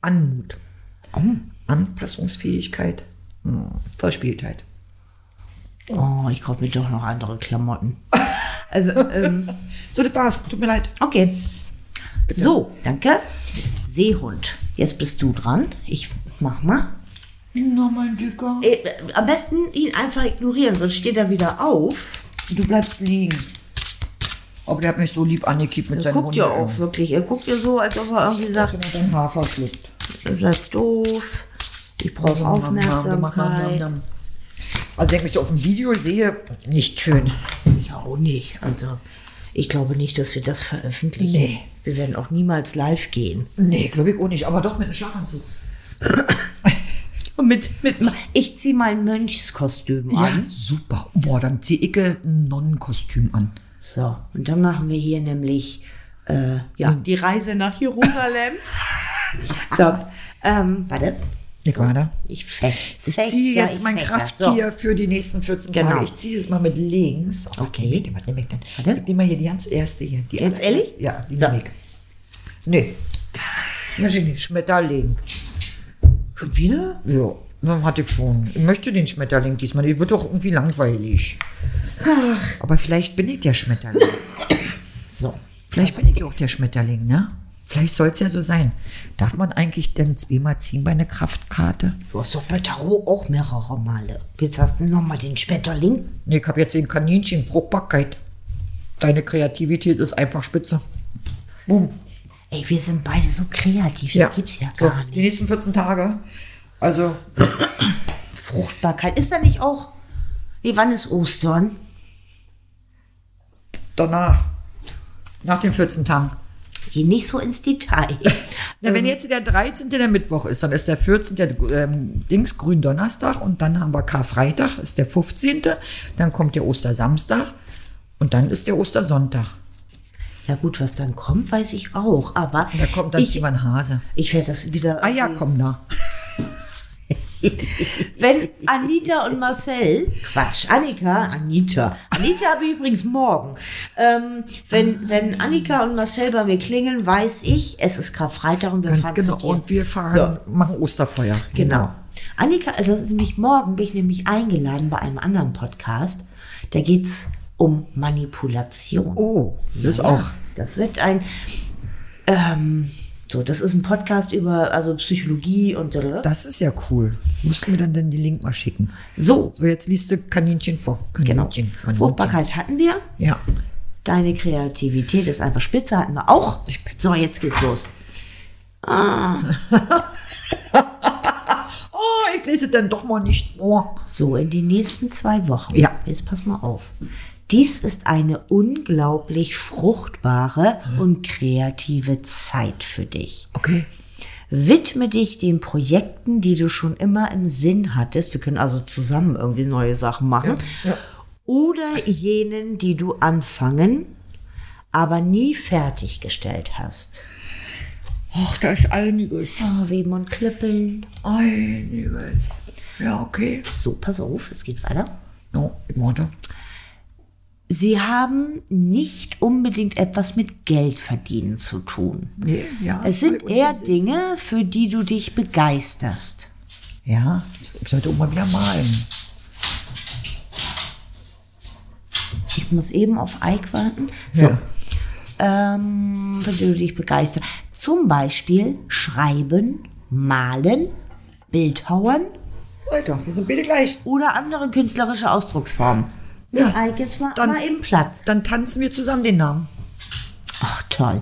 C: Anmut, Anpassungsfähigkeit, hm, Verspieltheit.
B: Oh, ich kaufe mir doch noch andere Klamotten. Also, ähm,
C: So, das war's. Tut mir leid.
B: okay. So, danke. Seehund, jetzt bist du dran. Ich mach mal.
C: Na, mein Dicker.
B: Äh, Am besten ihn einfach ignorieren, sonst steht er wieder auf.
C: Du bleibst liegen. Aber der hat mich so lieb angekippt mit
B: Er
C: seinem
B: guckt ja auch wirklich. Er guckt ja so, als ob er irgendwie sagt,
C: Hat dein Haar verschluckt.
B: ihr seid doof. Ich brauche Aufmerksamkeit.
C: Also, wenn ich mich so auf dem Video sehe, nicht schön.
B: Ich auch nicht. Also, ich glaube nicht, dass wir das veröffentlichen.
C: Nee.
B: Wir werden auch niemals live gehen.
C: Nee, glaube ich auch nicht. Aber doch mit einem Schlafanzug.
B: Und mit, mit, ich ziehe mein Mönchskostüm
C: Ja,
B: an.
C: Ah, super. Boah, dann zieh ich ein Nonnenkostüm an.
B: So, und dann machen wir hier nämlich äh, ja, die Reise nach Jerusalem. so, ähm, warte.
C: Ich war da.
B: Ich fech.
C: Ich
B: fech,
C: ziehe
B: ja,
C: jetzt
B: ich
C: mein
B: fech, ja.
C: Krafttier für die nächsten 14
B: Genau.
C: Tage. Ich ziehe es mal mit links. Oh,
B: Okay.
C: Warte, warte, warte, warte.
B: Warte.
C: Ich nehme mal hier die ganz erste hier. Die
B: Jetzt ehrlich?
C: allererste. Ja, die
B: So.
C: nehme ich. Nee. Möchte ich nicht. Schmetterling.
B: So. Schon wieder?
C: Ja, dann hatte ich schon. Ich möchte den Schmetterling diesmal. Ich wird doch irgendwie langweilig. Aber vielleicht bin ich der Schmetterling. So. Vielleicht bin ich auch der Schmetterling, ne? Vielleicht soll es ja so sein. Darf man eigentlich denn zweimal ziehen bei einer Kraftkarte?
B: Du hast doch bei Tarot oh, auch mehrere Male. Jetzt hast du nochmal den Schmetterling.
C: Nee, ich habe jetzt den Kaninchen Fruchtbarkeit. Deine Kreativität ist einfach spitze. Boom.
B: Ey, wir sind beide so kreativ. Das gibt's ja
C: So,
B: gar
C: Die
B: nicht.
C: nächsten 14 Tage. Also,
B: Fruchtbarkeit. Ist da nicht auch. Nee, wann ist Ostern?
C: danach. Nach den 14 Tagen.
B: Geh nicht so ins Detail.
C: Na,
B: Ähm.
C: wenn jetzt der 13. der Mittwoch ist, dann ist der 14. der ähm, Dings Gründonnerstag und dann haben wir Karfreitag, ist der 15. Dann kommt der Ostersamstag und dann ist der Ostersonntag.
B: ja, gut, was dann kommt, weiß ich auch. Aber.
C: Da kommt dann
B: ich,
C: jemand Hase.
B: ich werde das wieder.
C: Eier kommen da.
B: Wenn Anita und Marcel, Quatsch, Annika, Anita, Anita habe ich übrigens morgen. Ähm, wenn, wenn Annika und Marcel bei mir klingeln, weiß ich, es ist Karfreitag und wir
C: Ganz
B: fahren
C: genau.
B: zu dir.
C: Und wir fahren, machen Osterfeuer.
B: Genau. Annika, also das ist nämlich morgen, bin ich nämlich eingeladen bei einem anderen Podcast. Da geht es um Manipulation.
C: Oh, das auch.
B: Das wird ein. Ähm, so, das ist ein Podcast über also Psychologie und.
C: Das ist ja cool. Musst du mir dann, dann den Link mal schicken.
B: So,
C: So, jetzt liest du Kaninchen vor.
B: genau.
C: Kaninchen, Kaninchen.
B: Fruchtbarkeit hatten wir.
C: Ja.
B: Deine Kreativität ist einfach spitze, hatten wir auch. So, jetzt geht's los.
C: Oh, ich lese dann doch mal nicht vor.
B: So, in den nächsten zwei Wochen.
C: Oh. Ja.
B: Jetzt pass mal auf. Dies ist eine unglaublich fruchtbare und kreative Zeit für dich.
C: Okay.
B: Widme dich den Projekten, die du schon immer im Sinn hattest. Wir können also zusammen irgendwie neue Sachen machen. Oder jenen, die du anfangen, aber nie fertiggestellt hast.
C: Ach, da ist einiges.
B: Oh, Weben und Klippeln.
C: Einiges. Ja, okay.
B: So, pass auf, es geht weiter.
C: No, ich warte.
B: Sie haben nicht unbedingt etwas mit Geld verdienen zu tun.
C: Nee, ja.
B: Es sind eher Dinge, für die du dich begeisterst.
C: Ja, ich sollte auch mal wieder malen.
B: Ich muss eben auf Ike warten. So.
C: Ja.
B: Ähm, für die du dich begeisterst. Zum Beispiel schreiben, malen, Bildhauern
C: Alter, wir sind beide gleich.
B: oder andere künstlerische Ausdrucksformen.
C: Ja.
B: Ike, jetzt mal,
C: Dann-
B: mal eben Platz.
C: Dann tanzen wir zusammen den Namen.
B: Ach toll.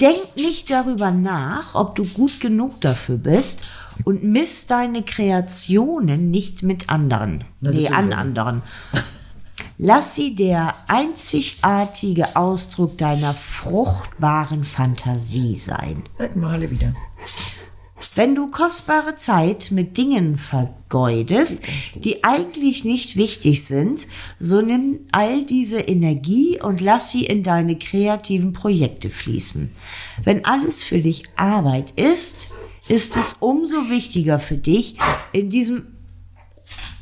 B: Denk nicht darüber nach, ob du gut genug dafür bist und miss deine Kreationen nicht mit anderen.
C: Na, das
B: nee,
C: sind
B: an
C: wir.
B: anderen. Lass sie der einzigartige Ausdruck deiner fruchtbaren Fantasie sein.
C: Ich male wieder.
B: Wenn du kostbare Zeit mit Dingen vergeudest, die eigentlich nicht wichtig sind, so nimm all diese Energie und lass sie in deine kreativen Projekte fließen. Wenn alles für dich Arbeit ist, ist es umso wichtiger für dich, in diesem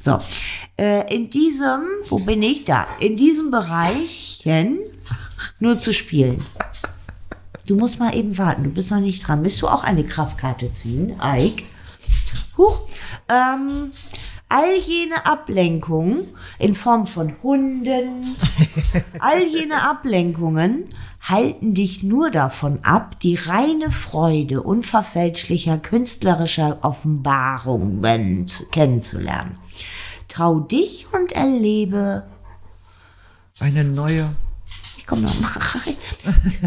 B: so, äh, in diesem, wo bin ich da? In diesem Bereichchen nur zu spielen. Du musst mal eben warten, du bist noch nicht dran. Willst du auch eine Kraftkarte ziehen, Ike? Huch. Ähm, all jene Ablenkungen in Form von Hunden, all jene Ablenkungen halten dich nur davon ab, die reine Freude unverfälschlicher künstlerischer Offenbarungen zu- kennenzulernen. Trau dich und erlebe
C: Eine neue.
B: ich komme noch mal rein.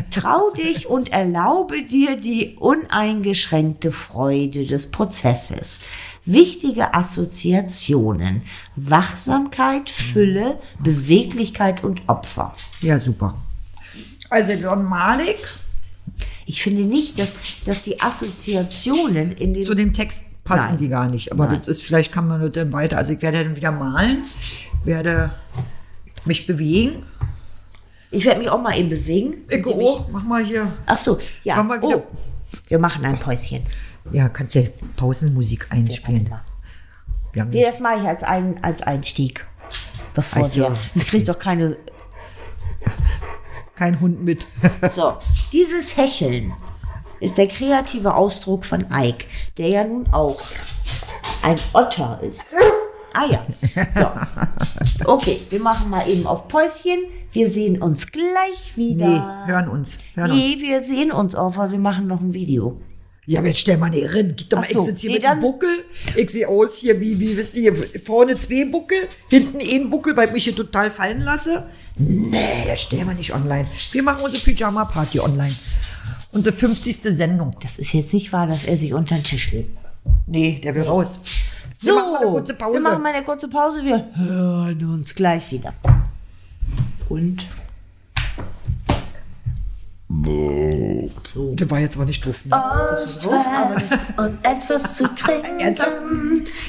B: Trau dich und erlaube dir die uneingeschränkte Freude des Prozesses. Wichtige Assoziationen, Wachsamkeit, Fülle, Beweglichkeit und Opfer.
C: Ja, super. Also, dann male ich
B: Ich finde nicht, dass, dass die Assoziationen in den...
C: zu dem Text passen
B: Nein.
C: die gar nicht. Aber
B: Nein.
C: das ist, vielleicht kann man das dann weiter. Also ich werde dann wieder malen, werde mich bewegen.
B: ich werde mich auch mal eben bewegen.
C: Ich auch, mach mal hier.
B: Ach so, ja.
C: Wollen wir wieder-
B: oh, wir machen ein Päuschen.
C: Ja, kannst ja Pausenmusik einspielen. Ja,
B: Nee, das mache ich als, ein, als Einstieg. Bevor
C: Ach ja.
B: wir. Das kriegt doch keine.
C: kein Hund mit.
B: So, dieses Hecheln ist der kreative Ausdruck von Ike, der ja nun auch ein Otter ist. Ah ja. So. Okay, wir machen mal eben auf Päuschen. Wir sehen uns gleich
C: Nee,
B: wieder.
C: hören uns. Hören uns.
B: Nee, wir sehen uns auch, weil wir machen noch ein Video.
C: Ja, aber jetzt stell mal nicht rein. Gib doch mal,
B: Ach so,
C: ich sitze hier
B: nee,
C: mit einem
B: dann-
C: Buckel. Ich sehe aus hier, wie, wie, wisst ihr, hier vorne zwei Buckel, hinten ein Buckel, weil ich mich hier total fallen lasse. Nee, das stellen wir nicht online. Wir machen unsere Pyjama-Party online. Unsere 50. Sendung.
B: Das ist jetzt nicht wahr, dass er sich unter den Tisch legt.
C: Nee, der will raus.
B: So,
C: wir machen mal eine kurze Pause.
B: wir machen mal eine kurze Pause. Wir hören uns gleich wieder. Und
C: der war jetzt aber nicht drauf. Ne?
B: Ah,
A: Ostwest und etwas zu trinken.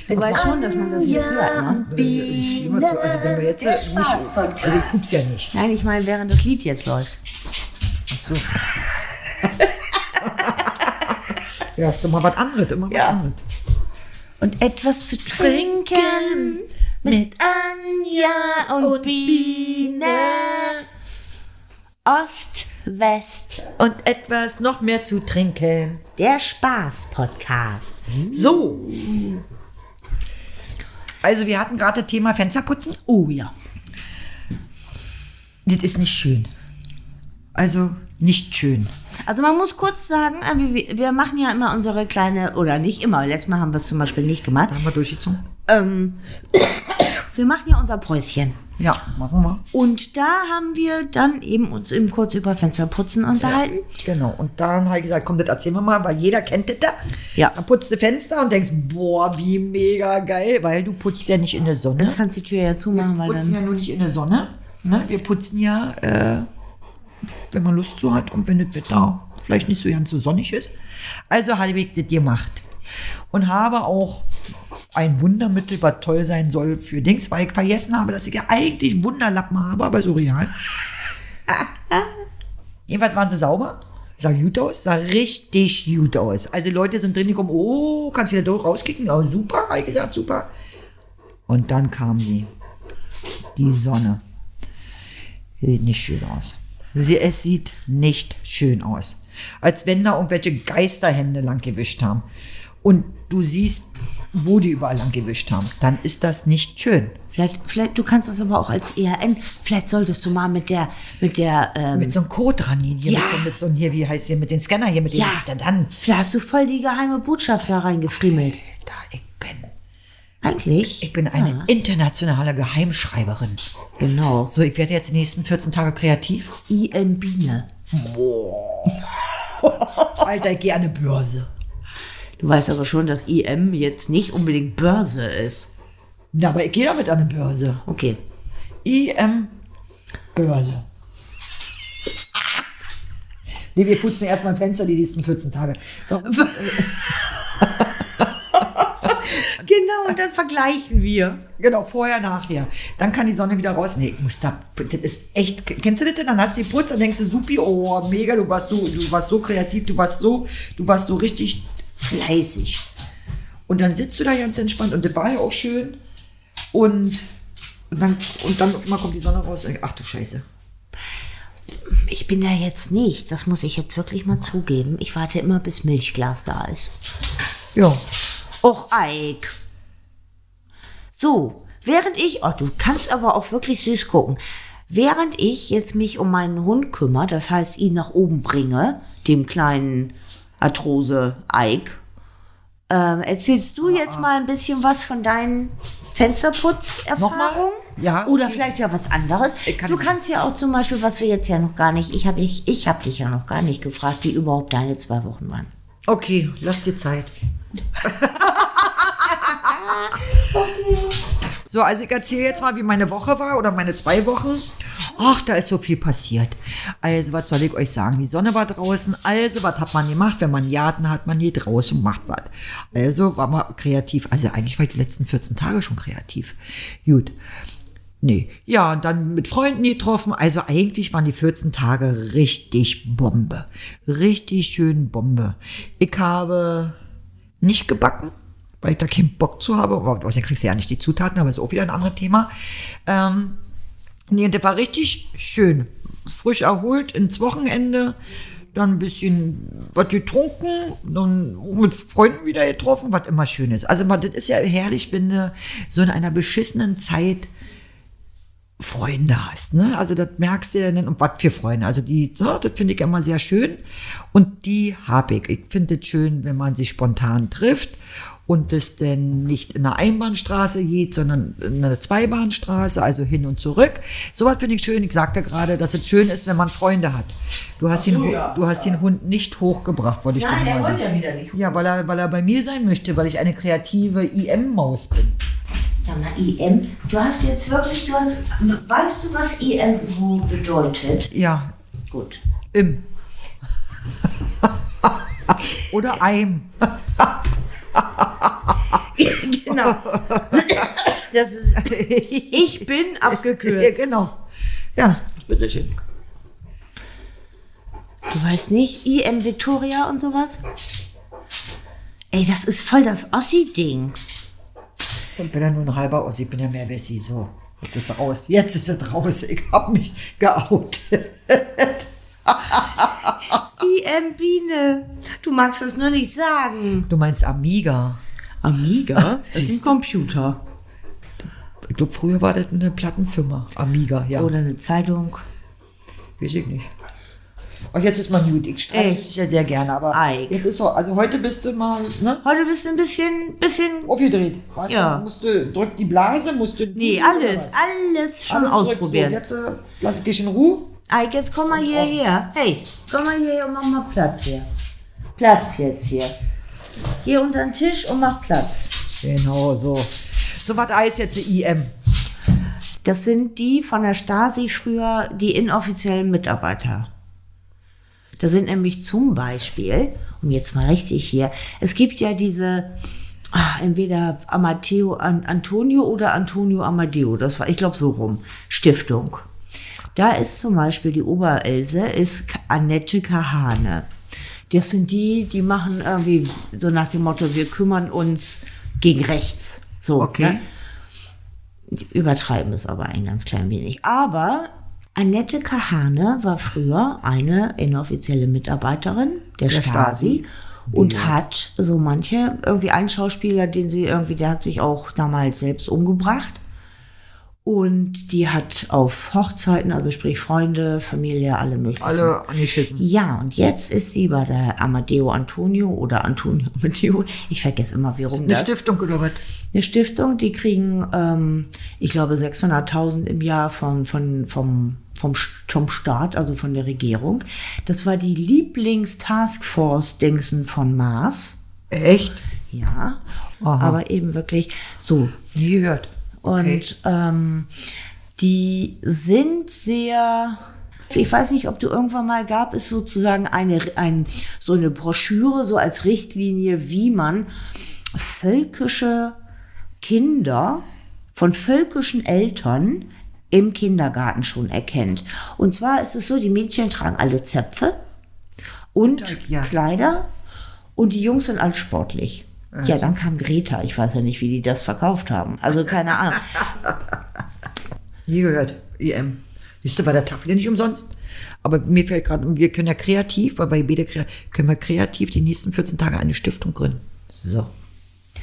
B: du weißt schon, dass man das jetzt hört,
A: Ja,
B: ne?
C: Also,
A: und
C: Ich stehe mal zu, also wenn wir jetzt
A: Der
C: nicht, also ich
A: Spaß-Podcast.
C: guck's ja nicht.
B: Nein, ich meine, während das Lied jetzt läuft.
C: Ja, hast du mal was anderes, immer was
B: Ja.
C: anderes.
B: Und etwas zu trinken mit Anja und, Biene. Ost, West,
C: Und etwas noch mehr zu trinken.
B: der Spaß-Podcast.
C: So. Also wir hatten gerade das Thema Fensterputzen.
B: Oh ja.
C: Das ist nicht schön. Also nicht schön.
B: Also man muss kurz sagen, äh, wir, wir machen ja immer unsere kleine, oder nicht immer, letztes Mal haben wir es zum Beispiel nicht gemacht.
C: Haben wir durchgezogen?
B: Ähm, wir machen ja unser Päuschen.
C: Ja, machen wir.
B: Und da haben wir dann eben uns eben kurz über Fensterputzen unterhalten.
C: Genau. Und dann habe ich gesagt, komm, das erzählen wir mal, weil jeder kennt das da.
B: Ja.
C: Dann putzt du Fenster und denkst, boah, wie mega geil, weil du putzt ja nicht in der Sonne.
B: Jetzt kannst du die Tür ja zumachen, weil
C: Wir putzen
B: dann...
C: ja nur nicht in der Sonne. Ne? Wir putzen ja, äh, wenn man Lust zu hat und wenn das Wetter vielleicht nicht so ganz so sonnig ist. Also habe ich das gemacht. Und habe auch ein Wundermittel, was toll sein soll für Dings, weil ich vergessen habe, dass ich ja eigentlich Wunderlappen habe, aber so real. Jedenfalls waren sie sauber. Sah gut aus, sah richtig gut aus. Also Leute sind drin gekommen, oh, kannst wieder durch rauskicken. Oh, super, habe ich gesagt, super. Und dann kam sie die Sonne. Sieht nicht schön aus. Sie, es sieht nicht schön aus. Als wenn da irgendwelche Geisterhände lang gewischt haben. Und du siehst, wo die überall lang gewischt haben. Dann ist das nicht schön.
B: Vielleicht, vielleicht, du kannst es aber auch als ERN. Vielleicht solltest du mal mit der, mit der, ähm,
C: Mit so einem Code dran hier,
B: Ja.
C: mit, so, mit so einem hier, wie heißt hier, mit dem Scanner hier, mit dem,
B: Ja.
C: dann, dann,
B: vielleicht hast du voll die geheime Botschaft da reingefriemelt.
C: da, ich bin,
B: Eigentlich.
C: ich bin eine
B: Ja,
C: internationale Geheimschreiberin.
B: genau.
C: So, ich werde jetzt die nächsten 14 Tage kreativ.
B: IN Biene.
C: Alter, ich gehe an eine Börse.
B: Du weißt aber schon, dass IM jetzt nicht unbedingt Börse ist.
C: Na, aber ich gehe damit an eine Börse.
B: Okay.
C: IM Börse. Nee, wir putzen erstmal Fenster die nächsten 14 Tage. Warum?
B: Genau, und dann vergleichen wir.
C: Genau, vorher, nachher. Dann kann die Sonne wieder raus. Nee, ich muss da, das ist echt, kennst du das denn? Dann hast du die Putz und denkst du, supi, oh, mega, du warst so, du warst so kreativ, du warst so, du warst so richtig fleißig. Und dann sitzt du da ganz entspannt und das war ja auch schön. Und, und dann, und dann auf einmal kommt die Sonne raus und ich, ach du Scheiße.
B: Ich bin ja jetzt nicht, das muss ich jetzt wirklich mal zugeben. Ich warte immer, bis Milchglas da ist.
C: Ja,
B: Och, Eik. So, während ich, oh, du kannst aber auch wirklich süß gucken. Während ich jetzt mich um meinen Hund kümmere, das heißt ihn nach oben bringe, dem kleinen Arthrose Eik, ähm, erzählst du jetzt mal ein bisschen was von deinen Fensterputzerfahrungen?
C: Ja,
B: Oder
C: okay.
B: vielleicht ja was anderes.
C: Ich kann-
B: du kannst ja auch zum Beispiel, was wir jetzt ja noch gar nicht, ich habe ich, ich hab dich ja noch gar nicht gefragt, wie überhaupt deine zwei Wochen waren.
C: Okay, lass dir Zeit. So, also ich erzähle jetzt mal, wie meine Woche war oder meine zwei Wochen. Ach, da ist so viel passiert. Also, was soll ich euch sagen? Die Sonne war draußen. Also, was hat man gemacht? Wenn man einen Garten hat, man geht raus und macht was. Also, war man kreativ. Also, eigentlich war ich die letzten 14 Tage schon kreativ. Gut. Nee. Ja, und dann mit Freunden getroffen. Also eigentlich waren die 14 Tage richtig Bombe. Richtig schön Bombe. Ich habe nicht gebacken, weil ich da keinen Bock zu habe. Aber außerdem kriegst du ja nicht die Zutaten, aber ist auch wieder ein anderes Thema. Ähm, nee, und das war richtig schön. Frisch erholt ins Wochenende. Dann ein bisschen was getrunken, dann auch mit Freunden wieder getroffen, was immer schön ist. Also, man, das ist ja herrlich, wenn du so in einer beschissenen Zeit Freunde hast. Ne? Also das merkst du ja dann, und was für Freunde. Also die, ja, das finde ich immer sehr schön. Und die habe ich. Ich finde es schön, wenn man sich spontan trifft und das denn nicht in einer Einbahnstraße geht, sondern in einer Zweibahnstraße, also hin und zurück. Sowas finde ich schön. Ich sagte gerade, dass es schön ist, wenn man Freunde hat. Du hast, den, Hu- du hast den Hund nicht hochgebracht, wollte ich dir
B: Nein,
C: mal
B: er
C: sagen.
B: wollte ja wieder nicht.
C: Ja, weil er, weil er bei mir sein möchte, weil ich eine kreative IM-Maus bin.
B: Sag mal, IM, du hast jetzt wirklich, du hast, weißt du, was IM wohl bedeutet?
C: Ja,
B: Gut.
C: Im. Oder Eim.
B: genau. Das ist, ich bin
C: Ja,
B: abgekürzt.
C: genau. Ja, bitteschön.
B: Du weißt nicht, IM Victoria und sowas? Ey, das ist voll das Ossi-Ding.
C: Und bin ja nur ein halber Ossi, ich bin ja mehr Wessi, so. Jetzt ist es raus. Jetzt ist es raus. Ich hab mich geout.
B: IM E Biene. Du magst es nur nicht sagen.
C: Du meinst Amiga.
B: Amiga? Das ist
C: Siehst
B: ein Computer.
C: Ich glaube, früher war das eine Plattenfirma. Amiga, ja.
B: Oder eine Zeitung.
C: Weiß ich nicht. Ach, jetzt ist mal gut. Ich streite
B: Echt?
C: dich ja sehr gerne, aber
B: Eik.
C: jetzt ist so. Also heute bist du mal, ne?
B: Heute bist du ein bisschen, bisschen.
C: Aufgedreht. Weißt
B: Ja.
C: Du, musst du, drückt die Blase, musst du.
B: Nee, alles, alles schon
C: Alles direkt
B: ausprobieren.
C: So, jetzt äh, lasse ich dich in Ruhe.
B: Eik, jetzt komm mal hierher. Hey, komm mal hierher und mach mal Platz hier. Platz jetzt hier. Geh unter den Tisch und mach Platz.
C: Genau, so. So was Eis jetzt die IM.
B: Das sind die von der Stasi früher, die inoffiziellen Mitarbeiter. Da sind nämlich zum Beispiel, um jetzt mal richtig hier, es gibt ja diese, ah, entweder Amateo An Antonio oder Antonio Amadeo, das war, ich glaube, so rum, Stiftung. Da ist zum Beispiel die Oberelse, ist K- Annette Kahane. Das sind die, die machen irgendwie so nach dem Motto, wir kümmern uns gegen rechts. So,
C: Okay.
B: ne? Die übertreiben es aber ein ganz klein wenig. Aber Annette Kahane war früher eine inoffizielle Mitarbeiterin der, Stasi,
C: Stasi.
B: und hat so manche, irgendwie einen Schauspieler, den sie irgendwie, der hat sich auch damals selbst umgebracht. Und die hat auf Hochzeiten, also sprich Freunde, Familie, alle möglichen.
C: Alle angeschissen.
B: Ja, und jetzt ist sie bei der Amadeo Antonio oder Antonio Amadeo. Ich vergesse immer, wie rum
C: Eine
B: das
C: Stiftung oder was?
B: eine Stiftung, die kriegen, ähm, ich glaube, 600.000 im Jahr von, von, vom, vom, Sch- vom Staat, also von der Regierung. Das war die Lieblingstaskforce-Dingsen von Mars.
C: Echt?
B: Ja,
C: Aha.
B: aber eben wirklich so.
C: Nie gehört.
B: Und
C: Okay.
B: ähm, die sind sehr. Ich weiß nicht, ob du irgendwann mal gab es sozusagen eine ein, so eine Broschüre so als Richtlinie, wie man völkische Kinder von völkischen Eltern im Kindergarten schon erkennt. Und zwar ist es so, die Mädchen tragen alle Zöpfe und
C: ja.
B: Kleider und die Jungs sind alle sportlich. Ja, dann kam Greta. Ich weiß ja nicht, wie die das verkauft haben. Also keine Ahnung.
C: Nie gehört. IM. Siehst du, war der Tag wieder nicht umsonst. Aber mir fällt gerade, wir können ja kreativ, weil bei BD Krea- können wir kreativ die nächsten 14 Tage eine Stiftung gründen. So.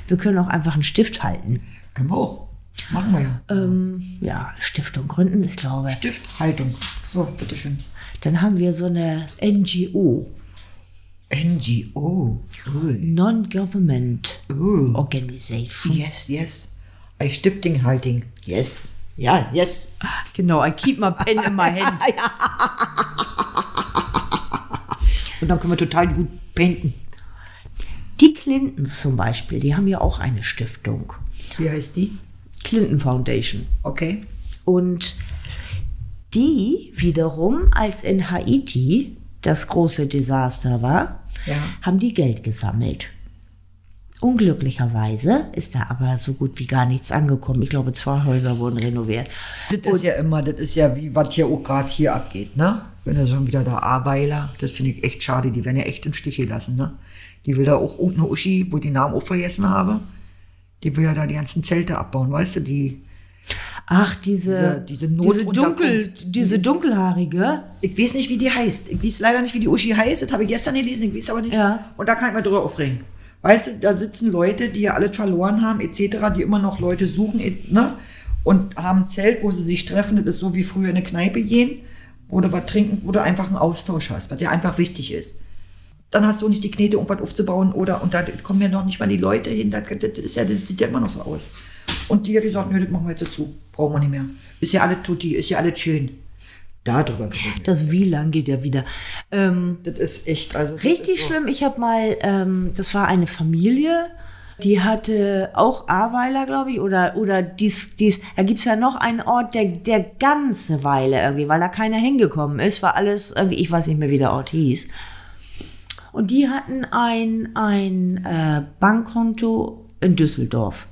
B: Wir können auch einfach einen Stift halten.
C: Können wir auch. Machen wir ja.
B: Ähm, ja, Stiftung gründen, ich glaube.
C: Stifthaltung. So, bitteschön.
B: Dann haben wir so eine NGO,
C: NGO. Cool.
B: Non-Government Organization.
C: Yes, yes. Ein Stiftinghalting. Yes. Ja, yes.
B: Genau, I keep my pen in my hand.
C: Und dann können wir total gut painten.
B: Die Clintons zum Beispiel, die haben ja auch eine Stiftung.
C: Wie heißt die?
B: Clinton Foundation.
C: Okay.
B: Und die wiederum, als in Haiti das große Desaster war,
C: Ja.
B: haben die Geld gesammelt. Unglücklicherweise ist da aber so gut wie gar nichts angekommen. Ich glaube, zwei Häuser wurden renoviert.
C: Das ist ja immer, das ist ja wie, was hier auch gerade hier abgeht, ne? Wenn er schon wieder da Aweiler, das finde ich echt schade, die werden ja echt im Stich gelassen, ne? Die will da auch irgendeine Uschi, wo ich die Namen auch vergessen habe, die will ja da die ganzen Zelte abbauen, weißt du, die,
B: Ach, diese,
C: Diese- diese
B: diese, dunkel,
C: Notunterkunft. Mhm.
B: diese dunkelhaarige.
C: ich weiß nicht, wie die heißt. Ich weiß leider nicht, wie die Uschi heißt. Das habe ich gestern gelesen, ich weiß aber nicht.
B: Ja.
C: Und da kann ich mir drüber aufregen. Weißt du, da sitzen Leute, die ja alles verloren haben, etc., die immer noch Leute suchen, et- ne? Und haben ein Zelt, wo sie sich treffen. Das ist so wie früher in eine Kneipe gehen, wo du was trinken, wo du einfach einen Austausch hast, was ja einfach wichtig ist. Dann hast du nicht die Knete, irgendwas aufzubauen oder, und da kommen ja noch nicht mal die Leute hin. Das, das, ist ja, das sieht ja immer noch so aus. Und die hat gesagt, nö, das machen wir jetzt dazu. Brauchen wir nicht mehr. Ist ja alles tutti, ist ja alles schön. Darüber geredet.
B: Das WLAN geht ja wieder. Ähm,
C: Das ist echt, also. das
B: Richtig
C: ist so.
B: schlimm. Ich habe mal, ähm, das war eine Familie, die hatte auch Aweiler, glaube ich, oder, oder dies, dies, da gibt's ja noch einen Ort, der, der ganze Weile irgendwie, weil da keiner hingekommen ist, war alles irgendwie, ich weiß nicht mehr, wie der Ort hieß. Und die hatten ein, ein äh, Bankkonto in Düsseldorf.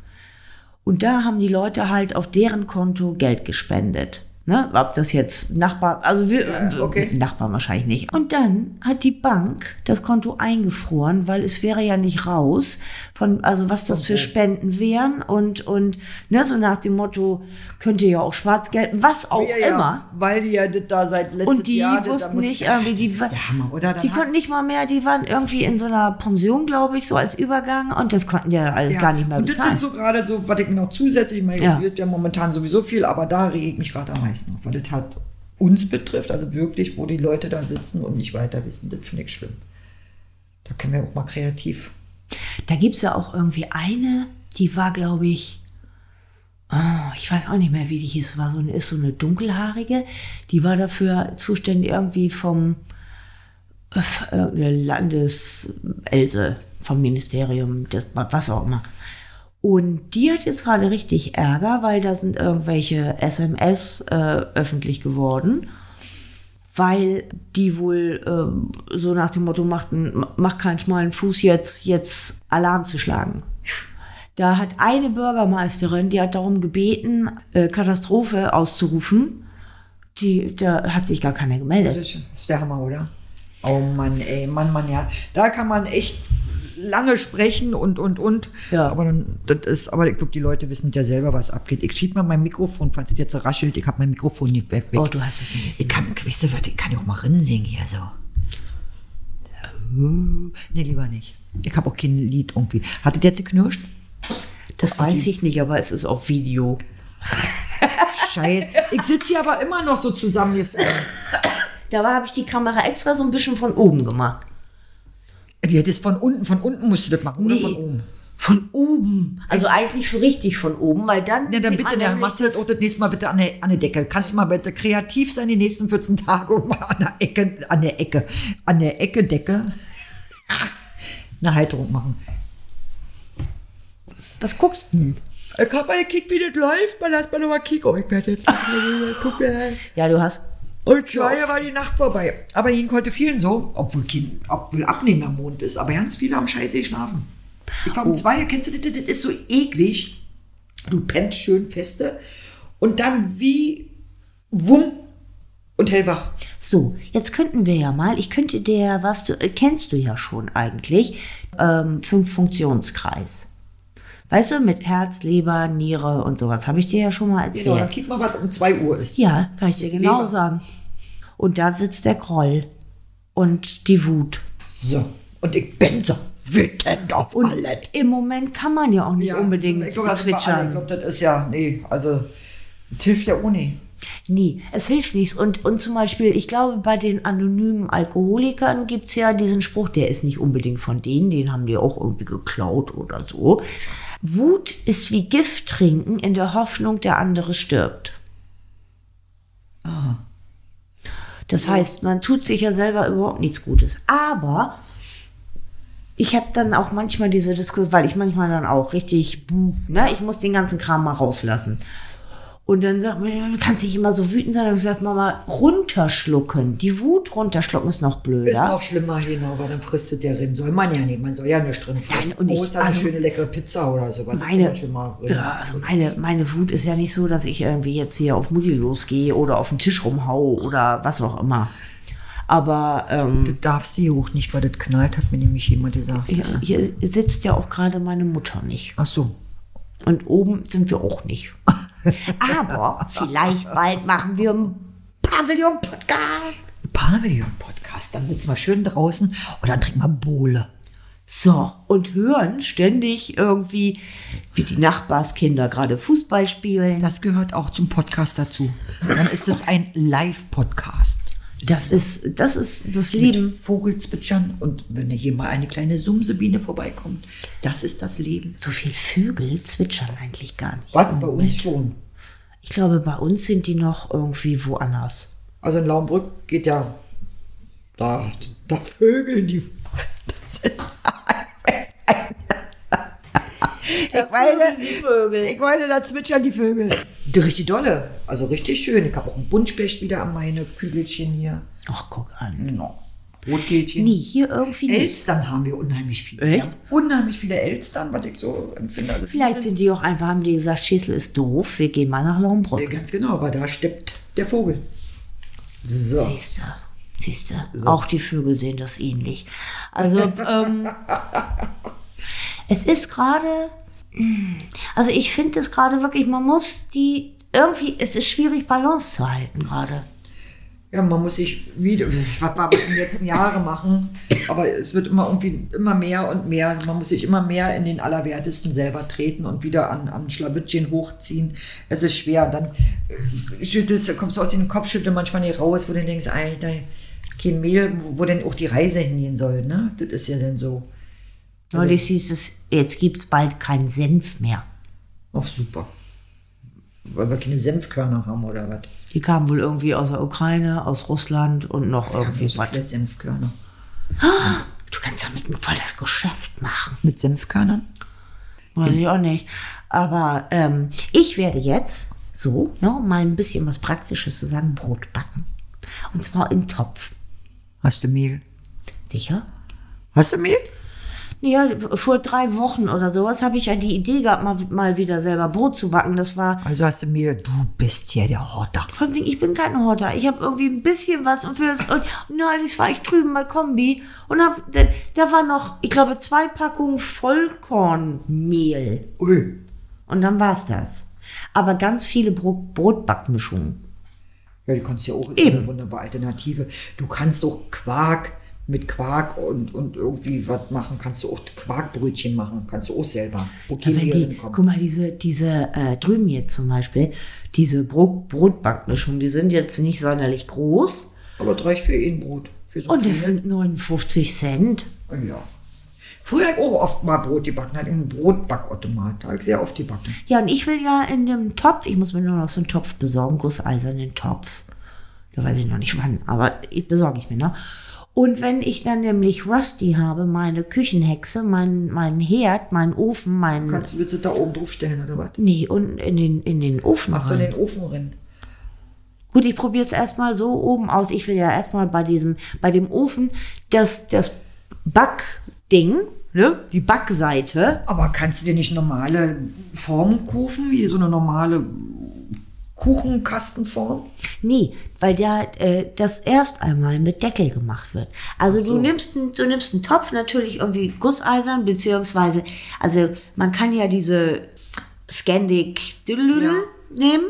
B: Und da haben die Leute halt auf deren Konto Geld gespendet. Ne? Ob das jetzt Nachbarn, also wir,
C: okay.
B: Nachbarn wahrscheinlich nicht. Und dann hat die Bank das Konto eingefroren, weil es wäre ja nicht raus, von, also was das für Spenden wären und, und ne, so nach dem Motto, könnte ja auch Schwarzgeld, was auch
C: Ja, ja,
B: immer.
C: Weil die ja das da seit letztes
B: Und die
C: Jahr. das- Also, da
B: wussten
C: muss-
B: nicht irgendwie, die,
C: Das ist der Hammer, oder? Dann
B: die
C: hast-
B: konnten nicht mal mehr, die waren irgendwie in so einer Pension, glaube ich, so als Übergang und das konnten ja alles
C: Ja.
B: gar nicht mehr
C: Und das sind
B: bezahlen.
C: so gerade so, was ich mir noch zusätzlich, ich meine,
B: Ja.
C: ja. wird ja momentan sowieso viel, aber da rege ich mich gerade am meisten auf, weil das hat uns betrifft, also wirklich, wo die Leute da sitzen und nicht weiter wissen, das finde ich schlimm. Da können wir auch mal kreativ.
B: Da gibt es ja auch irgendwie eine, die war, glaube ich, ah, ich weiß auch nicht mehr, wie die hieß, war so eine, ist so eine dunkelhaarige, die war dafür zuständig irgendwie vom äh, f- äh, Landes-Else, vom Ministerium, das, was auch immer. Und die hat jetzt gerade richtig Ärger, weil da sind irgendwelche SMS äh, öffentlich geworden. weil die wohl ähm, so nach dem Motto machten, mach keinen schmalen Fuß jetzt, jetzt Alarm zu schlagen. Da hat eine Bürgermeisterin, die hat darum gebeten, äh, Katastrophe auszurufen. Die, da hat sich gar keiner gemeldet.
C: Das ist der Hammer, oder? Oh Mann, ey, Mann, Mann, ja. Da kann man echt lange sprechen und und und.
B: Ja.
C: Aber dann, das ist, aber ich glaube, die Leute wissen ja selber, was abgeht. Ich schieb mal mein Mikrofon, falls es jetzt so raschelt, ich habe mein Mikrofon nicht weg.
B: Oh, du hast es nicht gesehen.
C: Ich kann, weißt du was, ich kann ja auch mal rinsingen hier so.
B: Äh.
C: Nee, lieber nicht. Ich habe auch kein Lied irgendwie. Hattet ihr jetzt geknirscht?
B: Das weiß ich nicht, aber es ist auf Video.
C: Scheiß. Ich sitze hier aber immer noch so zusammengefallen.
B: Da habe ich die Kamera extra so ein bisschen von oben gemacht.
C: Die hättest von unten, von unten musst du das machen, oder von oben.
B: Von oben. Also eigentlich so richtig von oben, weil dann.
C: Ja,
B: sieht
C: dann bitte,
B: man
C: dann
B: nämlich
C: machst du das auch das nächste Mal bitte an der, an der Decke. Kannst du mal bitte kreativ sein die nächsten 14 Tage und mal an der Ecke, an der Ecke, an der Ecke Decke eine Halterung machen.
B: Was guckst du denn?
C: Ich hab mal gekickt, wie das läuft, mal lass mal nochmal kicken. Oh, ich werde jetzt guck mir an.
B: Ja, du hast.
C: Und schwanger war die Nacht vorbei. Aber ihnen konnte vielen so, obwohl, kein, obwohl abnehmender Mond ist, aber ganz viele haben scheiße geschlafen. Ich
B: Oh.
C: war um zwei, kennst du das, das ist so eklig. Du pennst schön feste und dann wie wumm und hellwach.
B: So, jetzt könnten wir ja mal, ich könnte dir, was du, äh, kennst du ja schon eigentlich, ähm, fünf Funktionskreis. Weißt du, mit Herz, Leber, Niere und sowas, habe ich dir ja schon mal erzählt.
C: Genau, dann kick mal, was um zwei Uhr ist.
B: Ja, kann ich dir
C: Ist
B: genau
C: Leber.
B: sagen. Und da sitzt der Groll und die Wut.
C: So. Und ich bin so wütend auf
B: Und
C: alle.
B: im Moment kann man ja auch nicht unbedingt
C: ich glaub, das sind wir alle. Ich
B: zwitschern.
C: glaube, das ist ja, nee, also, das hilft ja ohne.
B: Nee, es hilft nichts. Und, und zum Beispiel, ich glaube, bei den anonymen Alkoholikern gibt es ja diesen Spruch, der ist nicht unbedingt von denen, den haben die auch irgendwie geklaut oder so. Wut ist wie Gift trinken in der Hoffnung, der andere stirbt. Das heißt, man tut sich ja selber überhaupt nichts Gutes. Aber ich habe dann auch manchmal diese Diskussion, weil ich manchmal dann auch richtig, buh, ne, ich muss den ganzen Kram mal rauslassen. Und dann sagt man, ja, du kannst nicht immer so wütend sein. Dann hab ich gesagt, Mama, runterschlucken. Die Wut runterschlucken ist noch blöder.
C: Ist noch schlimmer, genau, weil dann fristet der Rind. Soll man ja nicht, man soll ja nicht drin fressen.
B: und ich-
C: Außer eine
B: also-
C: schöne leckere Pizza oder so. weil das
B: meine,
C: ist schon mal Rind.
B: ja, also meine, meine Wut ist ja nicht so, dass ich irgendwie jetzt hier auf Mutti losgehe oder auf den Tisch rumhau oder was auch immer. Aber ähm,
C: Du darfst die hoch nicht, weil das knallt, hat mir nämlich jemand gesagt.
B: hier, hier sitzt ja auch gerade meine Mutter nicht.
C: Ach so.
B: Und oben sind wir auch nicht. Aber vielleicht bald machen wir einen Pavillon-Podcast.
C: Pavillon-Podcast. Dann sitzen wir schön draußen und dann trinken wir Bohle.
B: So, und hören ständig irgendwie, wie die Nachbarskinder gerade Fußball spielen.
C: Das gehört auch zum Podcast dazu. Dann ist es ein Live-Podcast.
B: Das ist das, ist das
C: Mit
B: Leben.
C: Vogelzwitschern und wenn hier mal eine kleine Sumsebiene vorbeikommt, das ist das Leben.
B: So viel Vögel zwitschern eigentlich gar nicht.
C: Was? Bei uns schon.
B: Ich glaube, bei uns sind die noch irgendwie woanders.
C: Also in Laumbrück geht ja da, da Vögel, die. Das sind- ich meine, ich meine, da zwitschern die Vögel. Die richtig dolle. Also richtig schön. Ich habe auch einen Buntspecht wieder an meine Kügelchen hier.
B: Ach, guck an.
C: No. Rotkehlchen.
B: Nee, hier irgendwie nicht.
C: Elstern haben wir unheimlich viele.
B: Echt?
C: Wir haben unheimlich viele Elstern, was ich so empfinde. Also viele
B: Vielleicht
C: sind-
B: sind die auch einfach, haben die gesagt, Schäsel ist doof, wir gehen mal nach
C: Ja,
B: Lombrück.
C: ganz genau, weil da steppt der Vogel. So.
B: Siehst du, siehst du. Auch die Vögel sehen das ähnlich. Also, ähm, es ist gerade, also ich finde es gerade wirklich, man muss die, irgendwie, es ist schwierig, Balance zu halten gerade.
C: Ja, man muss sich wieder, was war in den letzten Jahren machen, aber es wird immer irgendwie immer mehr und mehr. Man muss sich immer mehr in den Allerwertesten selber treten und wieder an, an Schlawittchen hochziehen. Es ist schwer. Und dann äh, schüttelst du, kommst du aus dem Kopfschüttel manchmal nicht raus, wo du denkst, Alter, kein Mehl, wo, wo denn auch die Reise hingehen soll, ne? Das ist ja dann so.
B: Neulich hieß es, jetzt gibt es bald keinen Senf mehr.
C: Ach super. Weil wir keine Senfkörner haben oder was?
B: Die kamen wohl irgendwie aus der Ukraine, aus Russland und noch irgendwie
C: So
B: was.
C: viele Senfkörner.
B: Du kannst damit voll das Geschäft machen.
C: Mit Senfkörnern?
B: Weiß ich auch nicht. Aber ähm, ich werde jetzt so, ne, um mal ein bisschen was Praktisches zu sagen, Brot backen. Und zwar im Topf.
C: Hast du Mehl?
B: Sicher?
C: Hast du Mehl?
B: Ja, vor drei Wochen oder sowas habe ich ja die Idee gehabt, mal, mal wieder selber Brot zu backen. Das war
C: Also hast du mir, du bist ja der Horter.
B: Von wegen, ich bin kein Horter. Ich habe irgendwie ein bisschen was und fürs. Und neulich war ich drüben bei Kombi und hab. Da, da war noch, ich glaube, zwei Packungen Vollkornmehl.
C: Ui.
B: Und dann war's das. Aber ganz viele Bro Brotbackmischungen.
C: Ja, du kannst ja auch, ist ja eine wunderbare Alternative. Du kannst auch Quark mit Quark und, und irgendwie was machen. Kannst du auch Quarkbrötchen machen. Kannst du auch selber. Okay,
B: Wenn
C: wir
B: die,
C: hinkommen.
B: guck mal, diese, diese äh, drüben jetzt zum Beispiel, diese Bro Brotbackmischungen, die sind jetzt nicht sonderlich groß.
C: Aber das reicht für ein Brot. Für so
B: Und das
C: viele.
B: sind 59 Cent.
C: Ja. Früher hab ich auch oft mal Brot gebacken, hatte einen Brotbackautomat. Da habe ich sehr oft gebacken.
B: Ja, und ich will ja in dem Topf, ich muss mir nur noch so einen Topf besorgen, gusseisernen Topf. Da weiß ich noch nicht wann, aber ich besorge ich mir noch. Und wenn ich dann nämlich Rusty habe, meine Küchenhexe, meinen mein Herd, meinen Ofen, meinen.
C: Kannst du willst du da oben drauf stellen oder was?
B: Nee, unten in den, in den Ofen.
C: Machst du in
B: rein.
C: den Ofen rein.
B: Gut, ich probiere es erstmal so oben aus. Ich will ja erstmal bei diesem, bei dem Ofen das, das Backding, ne? Die Backseite.
C: Aber kannst du dir nicht normale Formen kaufen, wie so eine normale Kuchenkastenform?
B: Nee, weil der, äh, das erst einmal mit Deckel gemacht wird. Also du, nimmst, n- du nimmst einen Topf, natürlich irgendwie gusseisern, beziehungsweise, also man kann ja diese Scandic
C: Ja.
B: nehmen.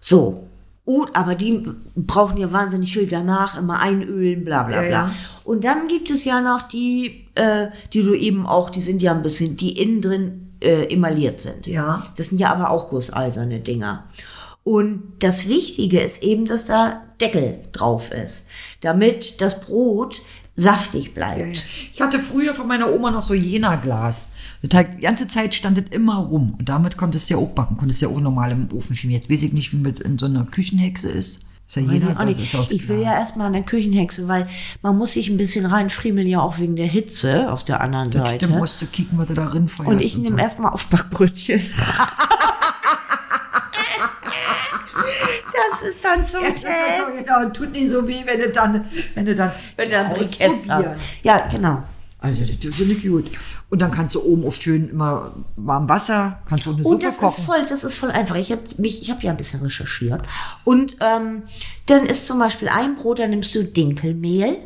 B: So. Und, aber die brauchen ja wahnsinnig viel danach, immer einölen, bla bla
C: Ja,
B: bla.
C: ja.
B: Und dann gibt es ja noch die, äh, die du eben auch, die sind ja ein bisschen, die innen drin äh, emailliert sind.
C: Ja.
B: Das sind ja aber auch gusseiserne Dinger. Und das Wichtige ist eben, dass da Deckel drauf ist, damit das Brot saftig bleibt.
C: Ich hatte früher von meiner Oma noch so Jena-Glas. Das hat- Die ganze Zeit stand das immer rum. Und damit konnte es ja auch backen, konnte es ja auch normal im Ofen schieben. Jetzt weiß ich nicht, wie mit in so einer Küchenhexe ist. Ist ja
B: Weiß ich, auch
C: Jena-Glas. ist
B: nicht.
C: ja aus
B: ich will ja
C: Glas.
B: erstmal an der Küchenhexe, weil man muss sich ein bisschen reinfriemeln, ja auch wegen der Hitze auf der anderen
C: Das
B: Seite.
C: Stimmt, musst du kicken, was du da rinfeuerst.
B: und ich nehme erstmal auf Backbrötchen. das ist dann zum
C: Ja, das
B: Test.
C: ist so, genau, und tut nicht so weh, wenn du dann, wenn du dann,
B: Wenn du dann Briketts hast.
C: ausprobieren.
B: Ja, genau.
C: Also das ist ja nicht gut. Und dann kannst du oben auch schön immer warm Wasser, kannst du auch eine
B: Und
C: Suppe
B: das
C: kochen.
B: ist voll, das ist voll einfach. Ich habe mich, ich habe ja ein bisschen recherchiert. Und ähm, dann ist zum Beispiel ein Brot, dann nimmst du Dinkelmehl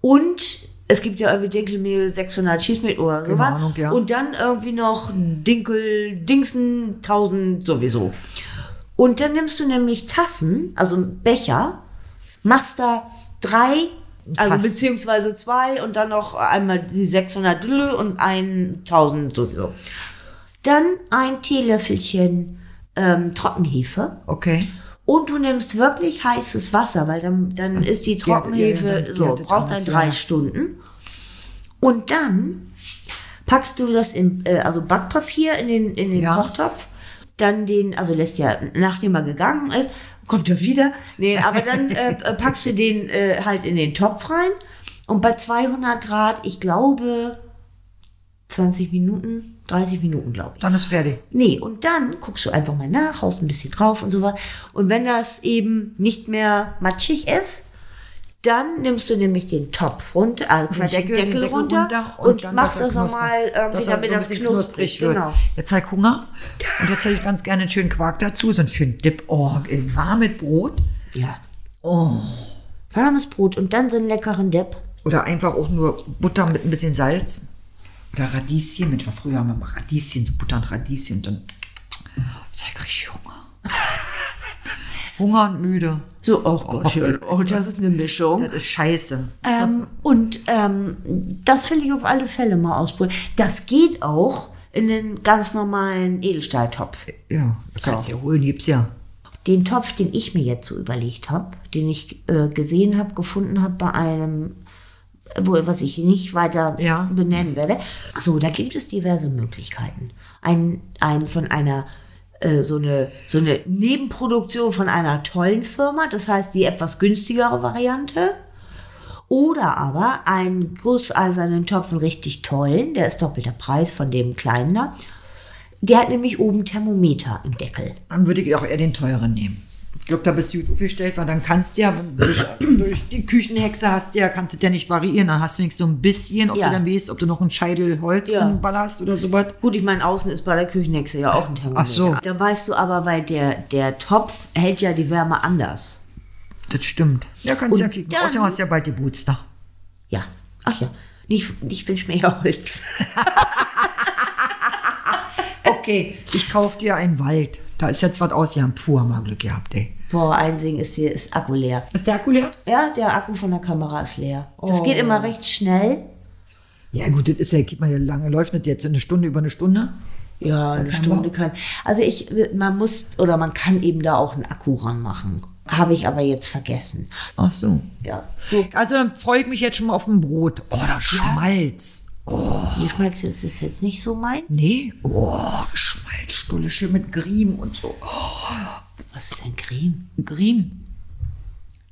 B: und es gibt ja irgendwie Dinkelmehl 600 Schießmehl oder so was.
C: Ahnung, ja.
B: Und dann irgendwie noch Dinkel, Dingsen 1000 sowieso. Und dann nimmst du nämlich Tassen, also einen Becher, machst da drei, also
C: Tassen.
B: beziehungsweise zwei und dann noch einmal die 600 Dülle und 1000 sowieso. Dann ein Teelöffelchen ähm, Trockenhefe.
C: okay.
B: Und du nimmst wirklich heißes Wasser, weil dann, dann ist die
C: die hat-
B: Trockenhefe,
C: ja, ja, dann- die
B: so,
C: hat das
B: braucht dann
C: anders,
B: drei
C: ja.
B: Stunden. Und dann packst du das in, äh, also Backpapier in den, in den
C: Ja.
B: Kochtopf. Dann den, also lässt ja, nachdem er gegangen ist, kommt er wieder. Nee, aber dann äh, äh, packst du den äh, halt in den Topf rein. Und bei 200 Grad, ich glaube, 20 Minuten, 30 Minuten, glaube ich.
C: Dann ist fertig.
B: Nee, und dann guckst du einfach mal nach, haust ein bisschen drauf und sowas. Und wenn das eben nicht mehr matschig ist, dann nimmst du nämlich den Topf runter, also Quatsch, den Deckel,
C: den
B: runter, und,
C: dann
B: machst
C: dass er
B: das
C: knuspert.
B: nochmal,
C: Dass
B: irgendwie,
C: er
B: damit
C: so ein
B: das
C: bisschen
B: knusprig wird. Genau.
C: Jetzt habe ich Hunger und jetzt hätte ich ganz gerne einen schönen Quark dazu, so einen schönen Dip. Oh, in warmes Brot
B: Ja. Oh. Warmes Brot und dann so einen leckeren Dip.
C: oder einfach auch nur Butter mit ein bisschen Salz oder Radieschen mit. Früher haben wir mal Radieschen, so Butter und Radieschen und dann. Jetzt kriege ich Hunger. Hunger und müde.
B: So, oh Gott, oh, das ist eine Mischung.
C: Das ist scheiße.
B: Ähm, und ähm, das will ich auf alle Fälle mal ausprobieren. Das geht auch in den ganz normalen Edelstahltopf.
C: Ja, kannst du ja holen, gibt's ja.
B: Den Topf, den ich mir jetzt so überlegt habe, den ich äh, gesehen habe, gefunden habe bei einem, wo, was ich nicht weiter
C: Ja.
B: benennen werde. So, da gibt es diverse Möglichkeiten. Ein, ein von einer äh, so eine, so eine Nebenproduktion von einer tollen Firma, das heißt die etwas günstigere Variante. Oder aber einen gusseisernen Topf, einen richtig tollen, der ist doppelter Preis von dem kleinen da. Der hat nämlich oben Thermometer im Deckel.
C: dann würde ich auch eher den teuren nehmen. Ich glaube, da bist du gut aufgestellt, weil dann kannst du ja, wenn du durch, durch die Küchenhexe hast, du ja, kannst du das ja nicht variieren. Dann hast du wenigstens so ein bisschen, ob
B: Ja.
C: du dann weißt, ob du noch einen Scheitel Holz
B: Ja.
C: rumballerst oder sowas.
B: Gut, ich meine, außen ist bei der Küchenhexe ja auch ein Thermometer.
C: Ach so.
B: Dann weißt du aber, weil der, der Topf hält ja die Wärme anders.
C: Das stimmt. Ja, kannst ja kicken.
B: dann-
C: Außerdem hast du ja bald Geburtstag.
B: Ja. Ach ja. Ich, ich wünsche mir ja Holz.
C: Okay, ich kauf dir einen Wald. Da ist jetzt was aus. Ja, puh, haben wir Glück gehabt, ey.
B: Boah, einsingen ist, hier- ist Akku leer.
C: Ist der Akku leer?
B: Ja, der Akku von der Kamera ist leer. Das
C: Oh.
B: geht immer recht schnell.
C: Ja, gut, das ist ja, geht man ja lange. Läuft nicht jetzt eine Stunde über eine Stunde?
B: Ja, eine Stunde kann. Also ich, man muss, oder man kann eben da auch einen Akku ranmachen. Habe ich aber jetzt vergessen.
C: Ach so.
B: Ja. So,
C: Also, dann freue ich mich jetzt schon mal auf ein Brot. Oh, das Schmalz.
B: die Schmalz ist es jetzt nicht so mein.
C: Nee. Oh, Schmalzstulle, schön mit Griem und so.
B: Was ist denn Creme?
C: Griem.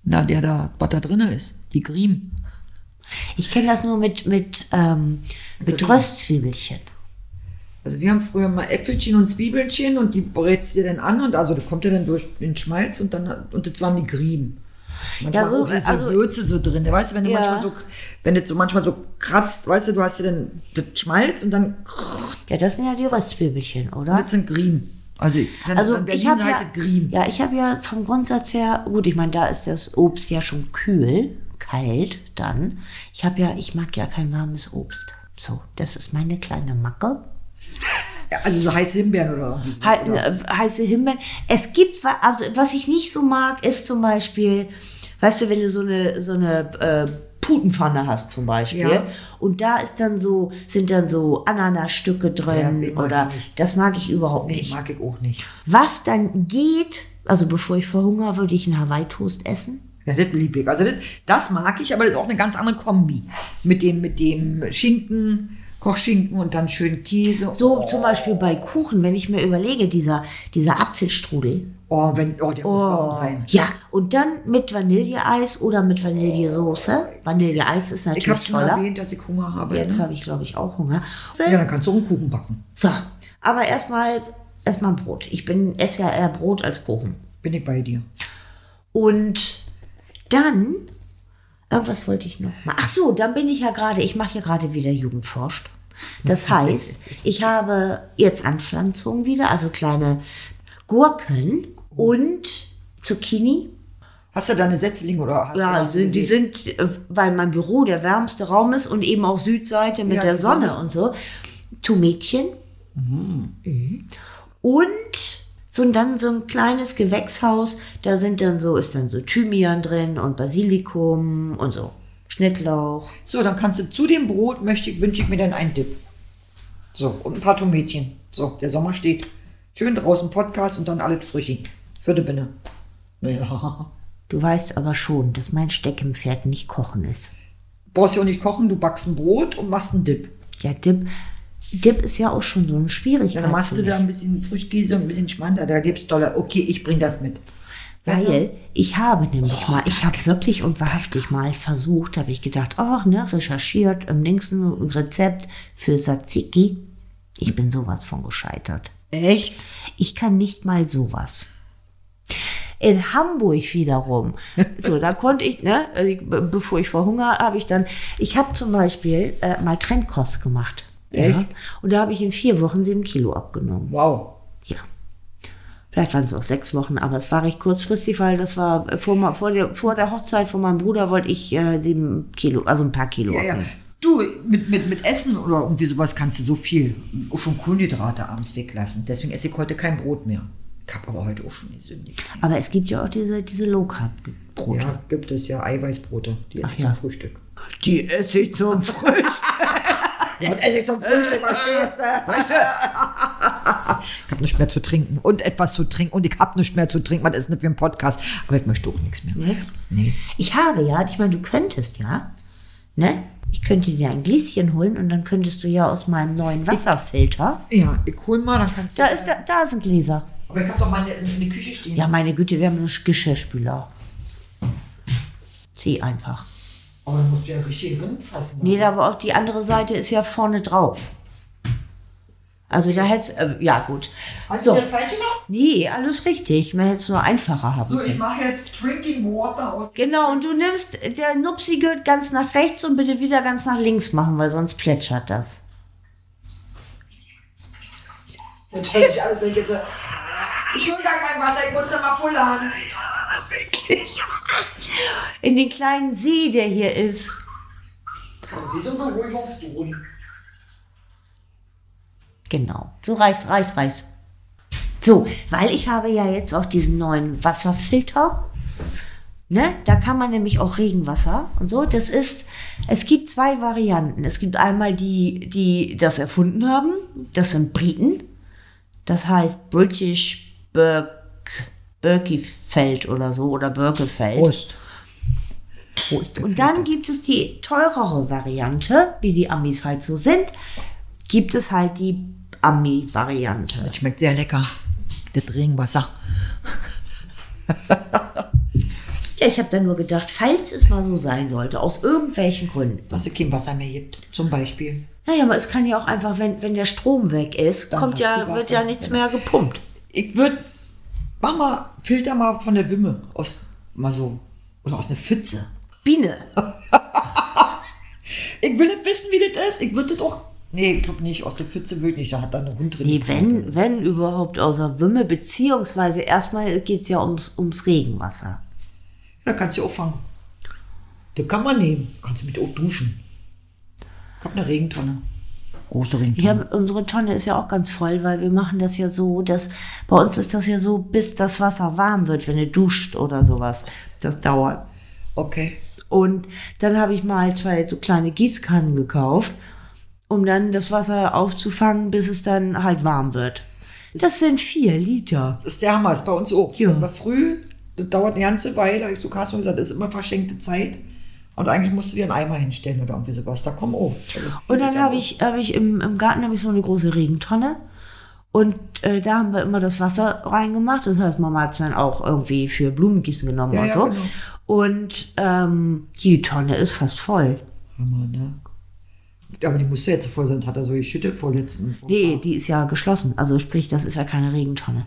C: Na, der da, was da drin ist. Die Griem.
B: Ich kenne das nur mit, mit, ähm, mit Röstzwiebelchen.
C: Also wir haben früher mal Äpfelchen und Zwiebelchen und die brätst du dann an und also da kommt ja dann durch den Schmalz und dann und das waren die Griem. Manchmal
B: Ja, so-
C: auch hier so
B: also-
C: Würze so drin. Weißt du, wenn du
B: Ja.
C: manchmal so, wenn das so manchmal so kratzt, weißt du, du hast ja dann das Schmalz und dann
B: Ja, das sind ja die Röstzwiebelchen, oder?
C: das sind Griem. Also wenn
B: Also
C: du in
B: ich
C: Berlin
B: habe
C: heißt
B: ja,
C: es Griem.
B: ja, ich habe ja vom Grundsatz her, gut, ich meine, da ist das Obst ja schon kühl, kalt dann. Ich habe ja, ich mag ja kein warmes Obst. So, das ist meine kleine Macke.
C: Ja, also so heiße Himbeeren oder irgendwie so.
B: He äh, Heiße Himbeeren. Es gibt, wa- also was ich nicht so mag, ist zum Beispiel, weißt du, wenn du so eine, so eine äh, Putenpfanne hast zum Beispiel
C: Ja.
B: und da ist dann so, sind dann so Ananasstücke drin
C: Ja, nee, mag
B: oder
C: ich nicht.
B: das mag ich überhaupt
C: Nee,
B: nicht.
C: mag ich auch nicht.
B: Was dann geht, also bevor ich verhungere, würde ich einen Hawaii-Toast essen.
C: Ja, das lieb ich. Also das, das mag ich, aber das ist auch eine ganz andere Kombi. Mit dem, mit dem Schinken, Kochschinken und dann schön Käse.
B: So zum Beispiel bei Kuchen, wenn ich mir überlege, dieser, dieser Apfelstrudel.
C: Oh, wenn, oh der muss warm sein.
B: Ja, und dann mit Vanilleeis oder mit Vanillesoße. Vanilleeis ist natürlich
C: Oh. Ich habe schon
B: toller.
C: erwähnt, dass ich Hunger habe.
B: Jetzt
C: ne?
B: habe ich, glaube ich, auch Hunger.
C: Ja, dann kannst du auch einen Kuchen backen.
B: So, aber erstmal erstmal Brot. Ich bin esse ja eher Brot als Kuchen.
C: Bin ich bei dir.
B: Und dann Irgendwas wollte ich noch mal. Ach so, dann bin ich ja gerade, ich mache ja gerade wieder Jugendforscht. Das heißt, ich habe jetzt Anpflanzungen wieder, also kleine Gurken und Zucchini.
C: Hast du da eine Setzling oder?
B: Ja,
C: oder
B: also die sind, äh, weil mein Büro der wärmste Raum ist und eben auch Südseite mit
C: Ja,
B: der
C: die
B: Sonne,
C: Sonne.
B: und so. Tomätchen. Mhm. Und so und dann so ein kleines Gewächshaus, da sind dann so, ist dann so Thymian drin und Basilikum und so. Schnittlauch.
C: So, dann kannst du zu dem Brot möchte ich, wünsche ich mir dann einen Dip. So, und ein paar Tomätchen. So, der Sommer steht. Schön draußen Podcast und dann alles frischi. Für die Binne. Ja.
B: Du weißt aber schon, dass mein Steckenpferd nicht kochen ist.
C: Brauchst ja auch nicht kochen, du backst ein Brot und machst einen Dip.
B: Ja, Dip, Dip ist ja auch schon so eine
C: Ja,
B: Schwierigkeit.
C: dann machst
B: für
C: du
B: mich.
C: da ein bisschen Frischkäse und ein bisschen Schmander. Da gibt's Dollar. Okay, ich bring das mit. Weißt du?
B: Weil ich habe nämlich mal, ich habe wirklich und wahrhaftig mal versucht, habe ich gedacht, ach ne, recherchiert im nächsten Rezept für Tzatziki. Ich bin sowas von gescheitert.
C: Echt?
B: Ich kann nicht mal sowas. In Hamburg wiederum. So, da konnte ich, ne, also ich, be- bevor ich vor Hunger habe ich dann, ich habe zum Beispiel äh, mal Trendkost gemacht. Ja.
C: Echt?
B: Und da habe ich in vier Wochen sieben Kilo abgenommen.
C: Wow.
B: Ja. Vielleicht waren es auch sechs Wochen, aber es war recht kurzfristig, weil das war äh, vor, ma- vor, der, vor der Hochzeit von meinem Bruder wollte ich äh, sieben Kilo, also ein paar Kilo
C: Ja, ja.
B: abnehmen.
C: Du, mit, mit, mit Essen oder irgendwie sowas kannst du so viel, auch schon Kohlenhydrate abends weglassen. Deswegen esse ich heute kein Brot mehr. Ich habe aber heute auch schon gesündigt.
B: Aber es gibt ja auch diese, diese Low Carb Brote.
C: Ja, gibt es ja Eiweißbrote. Die esse ich zum Frühstück.
B: Die esse ich zum Frühstück.
C: Ja, esse ich zum Frühstück, was willst du? Weißt du? Ich habe nichts mehr zu trinken und etwas zu trinken und ich habe nichts mehr zu trinken. Man ist nicht wie ein Podcast, aber ich möchte auch nichts mehr. Nee.
B: Ich habe ja, ich meine, du könntest ja, ne? Ich könnte dir ein Gläschen holen und dann könntest du ja aus meinem neuen Wasserfilter.
C: Ja, ich hol mal, dann kannst du.
B: Da, ist, da, da sind Gläser.
C: aber ich habe doch mal eine, eine Küche stehen.
B: Ja, meine Güte, wir haben einen Geschirrspüler. Zieh einfach.
C: Aber dann musst du ja richtig rinfassen.
B: Nee, aber auch die andere Seite ist ja vorne drauf. Also da hättest äh, ja gut.
C: Hast
B: So.
C: du das falsch gemacht?
B: Nee, alles richtig. Man hätte es nur einfacher haben
C: So, ich
B: können.
C: mache jetzt Drinking Water aus.
B: Genau, und du nimmst, der Nupsi gehört ganz nach rechts und bitte wieder ganz nach links machen, weil sonst plätschert das.
C: Dann hätte ich alles weg jetzt. Ich hol gar kein Wasser, ich muss da mal pullern.
B: In den kleinen See, der hier ist.
C: Wie so ein Beruhigungsboden.
B: Genau. So reicht, reicht, reicht. So, weil ich habe ja jetzt auch diesen neuen Wasserfilter. Ne? Da kann man nämlich auch Regenwasser und so. Das ist, es gibt zwei Varianten. Es gibt einmal die, die das erfunden haben. Das sind Briten. Das heißt British Birk, Birkefeld oder so oder Birkefeld.
C: Prost. Prost.
B: Und dann gibt es die teurere Variante, wie die Amis halt so sind, gibt es halt die Ami-Variante.
C: Das schmeckt sehr lecker. Das Regenwasser.
B: Ja, ich habe dann nur gedacht, falls es mal so sein sollte, aus irgendwelchen Gründen.
C: Dass es kein Wasser mehr gibt, zum Beispiel.
B: Naja, aber es kann ja auch einfach, wenn, wenn der Strom weg ist,
C: Dann
B: kommt
C: hast
B: ja,
C: du
B: wird
C: Wasser.
B: ja nichts mehr gepumpt.
C: Ich würde. Mach mal, filter mal von der Wimme. Aus. Mal so. Oder aus einer Pfütze.
B: Biene.
C: Ich will nicht wissen, wie das ist. Ich würde das auch. Nee, ich glaube nicht. Aus der Pfütze will ich nicht. Da hat da ein Hund drin.
B: Nee, wenn, wenn überhaupt außer Wümme, beziehungsweise erstmal geht es ja ums, ums Regenwasser.
C: Da kannst du auch fangen. Das kann man nehmen. Kannst du mit auch duschen. Ich habe eine Regentonne. Große Regentonne.
B: Ja, unsere Tonne ist ja auch ganz voll, weil wir machen das ja so, dass bei uns ist das ja so, bis das Wasser warm wird, wenn du duscht oder sowas. Das dauert.
C: Okay.
B: Und dann habe ich mal zwei so kleine Gießkannen gekauft, um dann das Wasser aufzufangen, bis es dann halt warm wird. Das sind vier Liter.
C: Das ist der Hammer. Ist bei uns auch.
B: Ja.
C: Aber früh, das dauert eine ganze Weile. Hab Ich so Carsten gesagt, das ist immer verschenkte Zeit. Und eigentlich musst du dir einen Eimer hinstellen oder irgendwie sowas. Da komm auch. Also früh,
B: Und dann habe ich, habe ich im, im Garten habe ich so eine große Regentonne. Und äh, da haben wir immer das Wasser reingemacht. Das heißt, Mama hat es dann auch irgendwie für Blumengießen genommen
C: Ja,
B: und
C: ja,
B: so.
C: genau.
B: Und ähm, die Tonne ist fast voll.
C: Hammer, ne? Ja, Aber die musste jetzt voll sein. Hat er so geschüttet vorletzten.
B: Nee, die ist ja geschlossen. Also sprich, das ist ja keine Regentonne.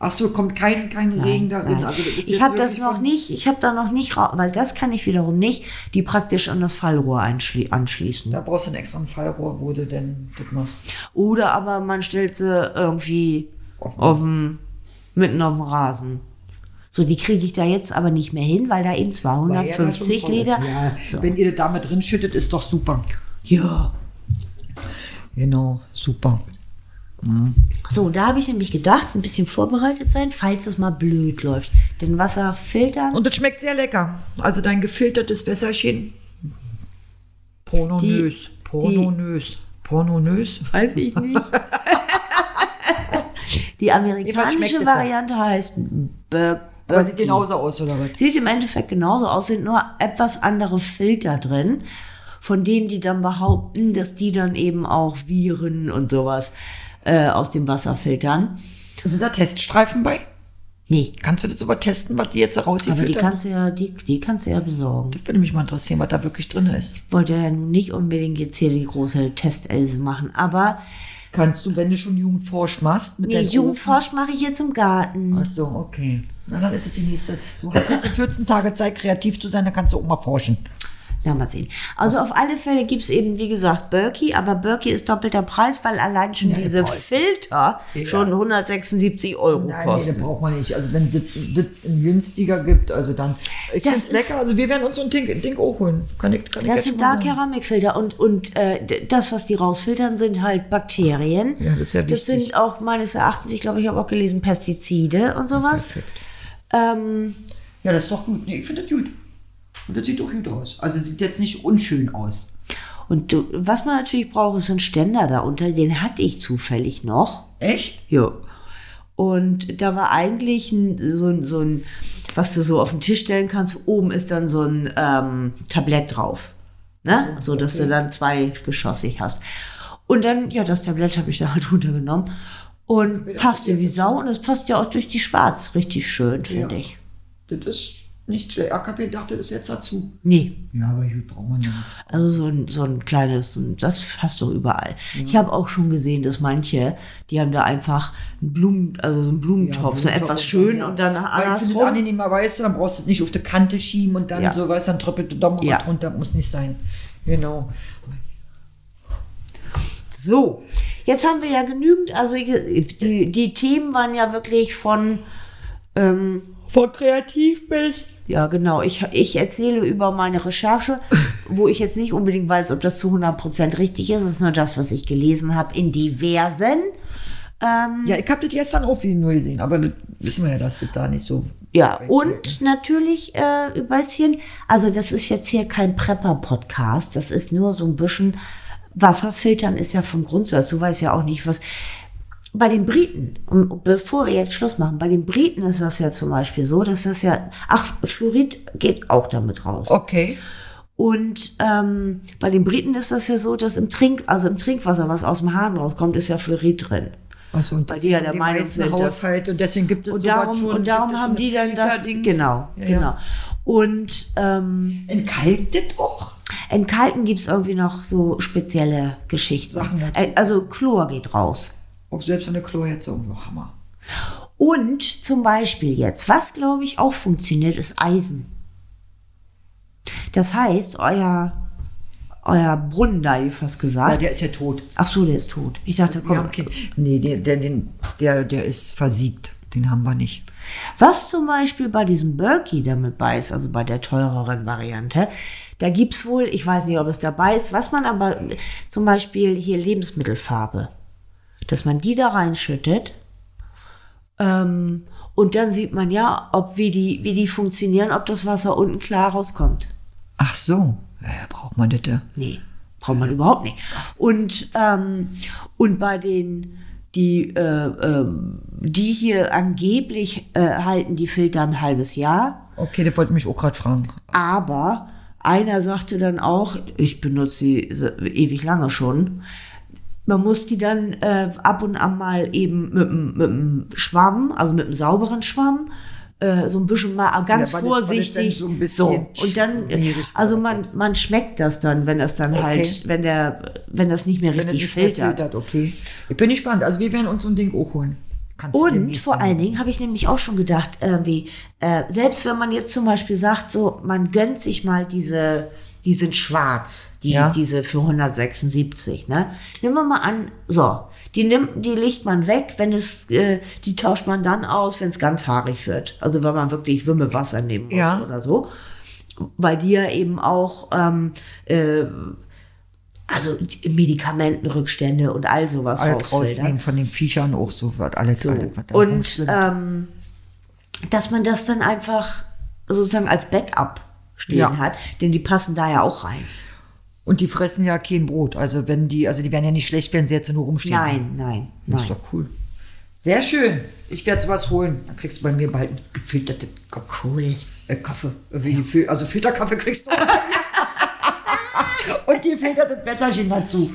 C: Ach so, kommt kein, kein Regen darin.
B: Nein.
C: Also das ist
B: ich
C: jetzt
B: habe das
C: wirklich
B: noch
C: von-
B: nicht, ich habe da noch nicht, ra- weil das kann ich wiederum nicht, die praktisch an das Fallrohr einschli- anschließen.
C: Da brauchst du einen extra Fallrohr, wo du denn das machst.
B: Oder aber man stellt sie irgendwie
C: Offen.
B: aufm, mitten auf dem Rasen. So, die kriege ich da jetzt aber nicht mehr hin, weil da eben
C: Weil er da schon
B: 250
C: voll ist.
B: Liter.
C: Ja,
B: so.
C: Wenn ihr das da mit drin schüttet, ist doch super.
B: ja.
C: Genau, super.
B: So, da habe ich nämlich gedacht, ein bisschen vorbereitet sein, falls es mal blöd läuft. Denn Wasser filtern,
C: Und das schmeckt sehr lecker. Also dein gefiltertes Wässerchen. Pornonös. Pornonös. Pornonös.
B: weiß ich nicht. die
C: schmeckt
B: amerikanische
C: es dann.
B: Variante heißt Bur-
C: Aber sieht
B: Burki.
C: genauso aus, oder was?
B: Sieht im Endeffekt genauso aus, sind nur etwas andere Filter drin, von denen die dann behaupten, dass die dann eben auch Viren und sowas äh, aus dem Wasser filtern.
C: Sind da Teststreifen bei?
B: Nee,
C: Kannst du das aber testen, was die jetzt
B: aber die
C: rausgefiltert haben?
B: kannst du ja, die, die kannst du ja besorgen.
C: Das würde mich mal interessieren, was da wirklich drin ist.
B: Ich wollte ja nun nicht unbedingt jetzt hier die große Testelse machen, aber
C: Kannst du, wenn du schon Jugendforsch machst, mit
B: nee,
C: deinem
B: Jugendforsch mache ich jetzt im Garten.
C: Ach so, okay. Na, dann ist es die nächste. Du hast jetzt 14 Tage Zeit, kreativ zu sein, dann kannst du auch mal forschen.
B: Na, mal sehen. Also auf alle Fälle gibt es eben, wie gesagt, Berkey, aber Berkey ist doppelter Preis, weil allein schon diese Filter schon 176 Euro kosten.
C: das braucht man nicht. Also wenn das, das günstiger gibt, also dann. Ich
B: Das
C: find's
B: ist-
C: lecker. Also wir werden uns so ein Ding, Ding auch holen. Kann ich, kann ich
B: Das
C: jetzt
B: sind
C: schon mal
B: da
C: sagen.
B: Keramikfilter und, und äh, d- das, was die rausfiltern, sind halt Bakterien.
C: Ja, das ist ja
B: Das
C: wichtig.
B: sind auch meines Erachtens, ich glaube, ich habe auch gelesen, Pestizide und sowas.
C: Perfekt.
B: Ähm,
C: Ja, das ist doch gut. Nee, ich finde das gut. Und das sieht doch gut aus. Also sieht jetzt nicht unschön aus.
B: und du, was man natürlich braucht, ist ein Ständer darunter. Den hatte ich zufällig noch.
C: Echt?
B: Ja. Und da war eigentlich ein, so, ein, so ein, was du so auf den Tisch stellen kannst, oben ist dann so ein ähm, Tablett drauf. Ne? So, dass du dann zweigeschossig hast. Und dann, ja, das Tablett habe ich da halt runtergenommen und passte wie Sau. Und es passt ja auch durch die Schwarz richtig schön, finde
C: Ja.
B: ich.
C: Das ist nicht schlecht. Ich habe gedacht, das ist jetzt dazu.
B: Nee,
C: Ja, aber gut, braucht man nicht.
B: Also so ein, so ein kleines, so ein- das hast du überall. Ich habe auch schon gesehen, dass manche, die haben da einfach einen Blumen, also so einen Blumentopf, so etwas schön und dann
C: Weil ich finde,
B: andersrum.
C: angenehmer weißt du, dann brauchst du es nicht auf die Kante schieben und dann
B: Ja.
C: so, weißt du, dann tröppelt der Daumen
B: Ja.
C: ja. runter. Muss nicht sein. Genau.
B: So, jetzt haben wir ja genügend, also ich- die, die Themen waren ja wirklich von, ähm,
C: Voll kreativ bist.
B: ja genau, ich, ich erzähle über meine Recherche, wo ich jetzt nicht unbedingt weiß, ob das zu 100% richtig ist, es ist nur das, was ich gelesen habe in diversen.
C: Ja, ich habe das gestern auch viel nur gesehen, aber das wissen wir ja, dass das da nicht so.
B: Ja, und natürlich, äh, Überschen, also das ist jetzt hier kein Prepper-Podcast, das ist nur so ein bisschen, Wasserfiltern ist ja vom Grundsatz, du weißt ja auch nicht, was, bei den Briten, und bevor wir jetzt Schluss machen, bei den Briten ist das ja zum Beispiel so, dass das ja, ach, Fluorid geht auch damit raus.
C: Okay.
B: Und ähm, bei den Briten ist das ja so, dass im Trink, also im Trinkwasser, was aus dem Hahn rauskommt, ist ja Fluorid drin.
C: Achso, und
B: Weil die ja der
C: deswegen
B: Meinung
C: meisten
B: sind, dass-
C: Haushalt und deswegen gibt es
B: Und
C: sowas
B: darum,
C: schon,
B: und
C: gibt
B: darum
C: es so
B: haben
C: eine
B: die dann das,
C: Filterdings.
B: genau,
C: Ja,
B: genau.
C: Ja.
B: Und ähm,
C: Entkalkt das auch?
B: In Kalten gibt es irgendwie noch so spezielle Geschichten.
C: Sachen dazu.
B: Äh, Also Chlor geht raus.
C: Ob selbst wenn der Chlorheizung war, oh, Hammer.
B: Und zum Beispiel jetzt, was glaube ich auch funktioniert, ist Eisen. Das heißt, euer, euer Brunnen da, ich fast
C: Ja,
B: gesagt.
C: der ist ja tot.
B: Ach so, der ist tot. Ich dachte,
C: Wir
B: komm.
C: haben keinen. Nee, der, der, den, der, der ist versiegt. Den haben wir nicht.
B: Was zum Beispiel bei diesem Berkey damit bei ist, also bei der teureren Variante, da gibt es wohl, ich weiß nicht, ob es dabei ist, was man aber zum Beispiel hier Lebensmittelfarbe, dass man die da reinschüttet ähm, und dann sieht man ja, ob wie die, wie die funktionieren, ob das Wasser unten klar rauskommt.
C: Ach so. Äh, braucht man das ja.
B: Nee, braucht man überhaupt nicht. Und, ähm, und bei den, die, äh, ähm, die hier angeblich äh, halten die Filter ein halbes Jahr,
C: Okay, das wollte mich auch gerade fragen.
B: Aber einer sagte dann auch, ich benutze sie so ewig lange schon, man muss die dann äh, ab und an mal eben mit dem- mit dem Schwamm, also mit dem sauberen Schwamm, äh, so ein bisschen mal ganz
C: Ja, war das- war das denn
B: vorsichtig.
C: so ein bisschen
B: Und dann, äh,
C: schmierig
B: also man, man schmeckt das dann, wenn das dann halt, wenn der, wenn das nicht mehr
C: Wenn das
B: richtig
C: nicht mehr
B: filtert.
C: okay. Ich bin gespannt. Also wir werden uns so ein Ding auch holen. Kannst du
B: Und
C: demnächst
B: vor
C: mal
B: allen Dingen habe ich nämlich auch schon gedacht, irgendwie, äh, selbst wenn man jetzt zum Beispiel sagt, so, man gönnt sich mal diese, die sind schwarz, die,
C: Ja.
B: diese für 176, ne? Nehmen wir mal an, so, die nimmt, die legt man weg, wenn es, äh, die tauscht man dann aus, wenn es ganz haarig wird. Also wenn man wirklich Wimme Wasser nehmen muss
C: Ja.
B: oder so. Weil die ja eben auch, ähm, äh, also die Medikamentenrückstände und all sowas ne?
C: alles
B: rausfiltern.
C: rausnehmen von den Viechern auch so wird alles, alles was da ganz
B: Oh. Und
C: schlimm.
B: ähm, dass man das dann einfach sozusagen als Backup stehen
C: Ja.
B: hat, denn die passen da ja auch rein.
C: und die fressen ja kein Brot. Also wenn die, also die werden ja nicht schlecht, wenn sie jetzt nur rumstehen.
B: Nein, nein,
C: Das ist
B: nein.
C: doch cool. Sehr schön. Ich werde sowas holen. Dann kriegst du bei mir bald einen gefilterten Kaffee. Cool. Äh, Kaffee. Äh, wie gefil- Also Filterkaffee kriegst du. Und die filterten Wässerchen dazu.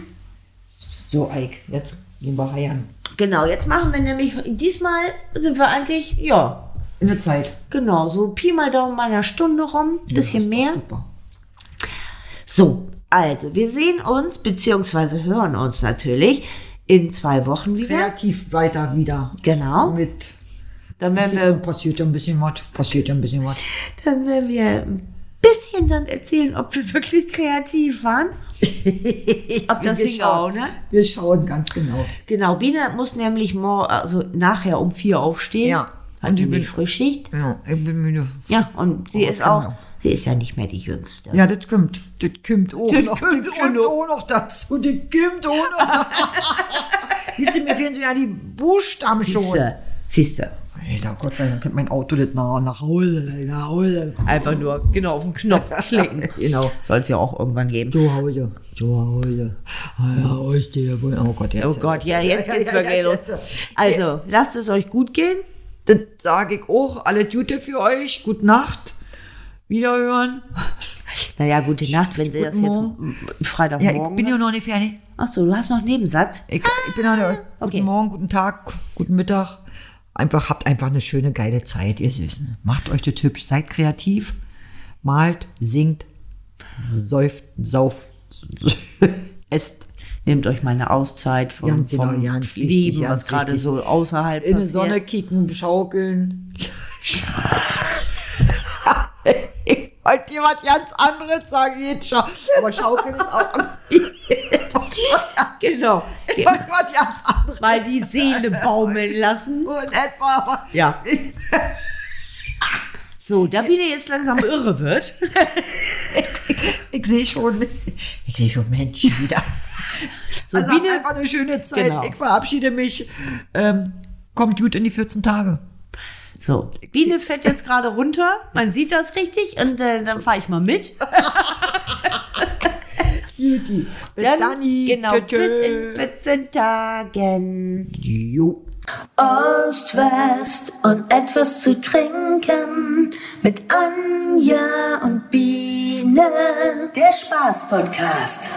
C: So, Eik, jetzt gehen wir heiern.
B: Genau, jetzt machen wir nämlich, diesmal sind wir eigentlich, ja,
C: In der Zeit.
B: genau, so Pi mal Daumen mal einer Stunde rum, bisschen mehr.
C: Super.
B: So, also wir sehen uns, beziehungsweise hören uns natürlich in zwei Wochen wieder.
C: Kreativ weiter wieder.
B: Genau.
C: Mit.
B: Dann werden wir
C: Dann passiert ja ein bisschen was. Passiert ja ein bisschen was.
B: dann werden wir ein bisschen dann erzählen, ob wir wirklich kreativ waren. ob das
C: Wir
B: hingehauen
C: schauen-
B: hat.
C: Wir schauen ganz genau.
B: Genau, Biene muss nämlich mor also nachher um vier aufstehen.
C: Ja.
B: Hat
C: Und die
B: nämlich
C: bin-
B: Frühschicht.
C: Ja, Genau. ich bin müde.
B: Ja, und sie ist
C: genau.
B: auch, sie ist ja nicht mehr die Jüngste.
C: Ja, das kommt. Das kommt auch
B: Das
C: noch.
B: kommt
C: das
B: auch
C: kommt
B: noch.
C: auch noch dazu. Das kommt auch noch. Siehst du, mir fehlen so ja die Buchstaben schon.
B: Siehste, siehste.
C: Alter, Gott sei Dank kommt mein Auto das nach, nach Hause. Nach Hause.
B: Einfach nur, genau, auf den Knopf klicken. genau. Soll es ja auch irgendwann geben.
C: Zu Hause. Zu Hause. Ja, ich stehe wohl. Oh Gott, jetzt.
B: Oh Gott, ja, jetzt geht's wirklich los. Also, lasst es euch gut gehen.
C: Das sage ich auch. Alle Gute für euch. Gute Nacht. Wiederhören.
B: Naja, gute Nacht, wenn sie das jetzt
C: Morgen.
B: m-
C: Ja,
B: Freitagmorgen.
C: ich bin ja noch nicht fertig.
B: Achso, du hast noch einen Nebensatz.
C: Ich, ich bin an euch.
B: Okay.
C: Guten Morgen, guten Tag, guten Mittag. Einfach, habt einfach eine schöne, geile Zeit, ihr Süßen. Macht euch das hübsch, seid kreativ, malt, singt, säuft, sauft, esst.
B: Nehmt euch mal eine Auszeit vom,
C: Ganz genau,
B: vom
C: ganz wichtig,
B: Leben, was
C: ganz
B: gerade
C: wichtig.
B: so außerhalb
C: In die
B: passiert.
C: Sonne kicken, schaukeln. ich wollte jemand ganz anderes sagen, jetzt scha aber schaukeln ist auch.
B: Genau.
C: Ich wollte was ganz anderes.
B: Mal die Seele baumeln lassen.
C: So in etwa. aber-
B: Ja. So, da Biene jetzt langsam irre wird.
C: Ich sehe schon, ich sehe schon Menschen wieder.
B: So,
C: also habt
B: Biene,
C: einfach eine schöne Zeit.
B: Genau.
C: Ich verabschiede mich. Ähm, kommt gut in die 14 Tage.
B: so, Biene fährt jetzt gerade runter. Man sieht das richtig. Und äh, dann fahre ich mal mit.
C: Beauty. Bis
B: Dann,
C: dann.
B: genau,
C: Tschö, tschö.
B: bis in 14 Tagen.
C: Jo.
A: Ost, West und etwas zu trinken mit Anja und Biene. Der Spaß-Podcast.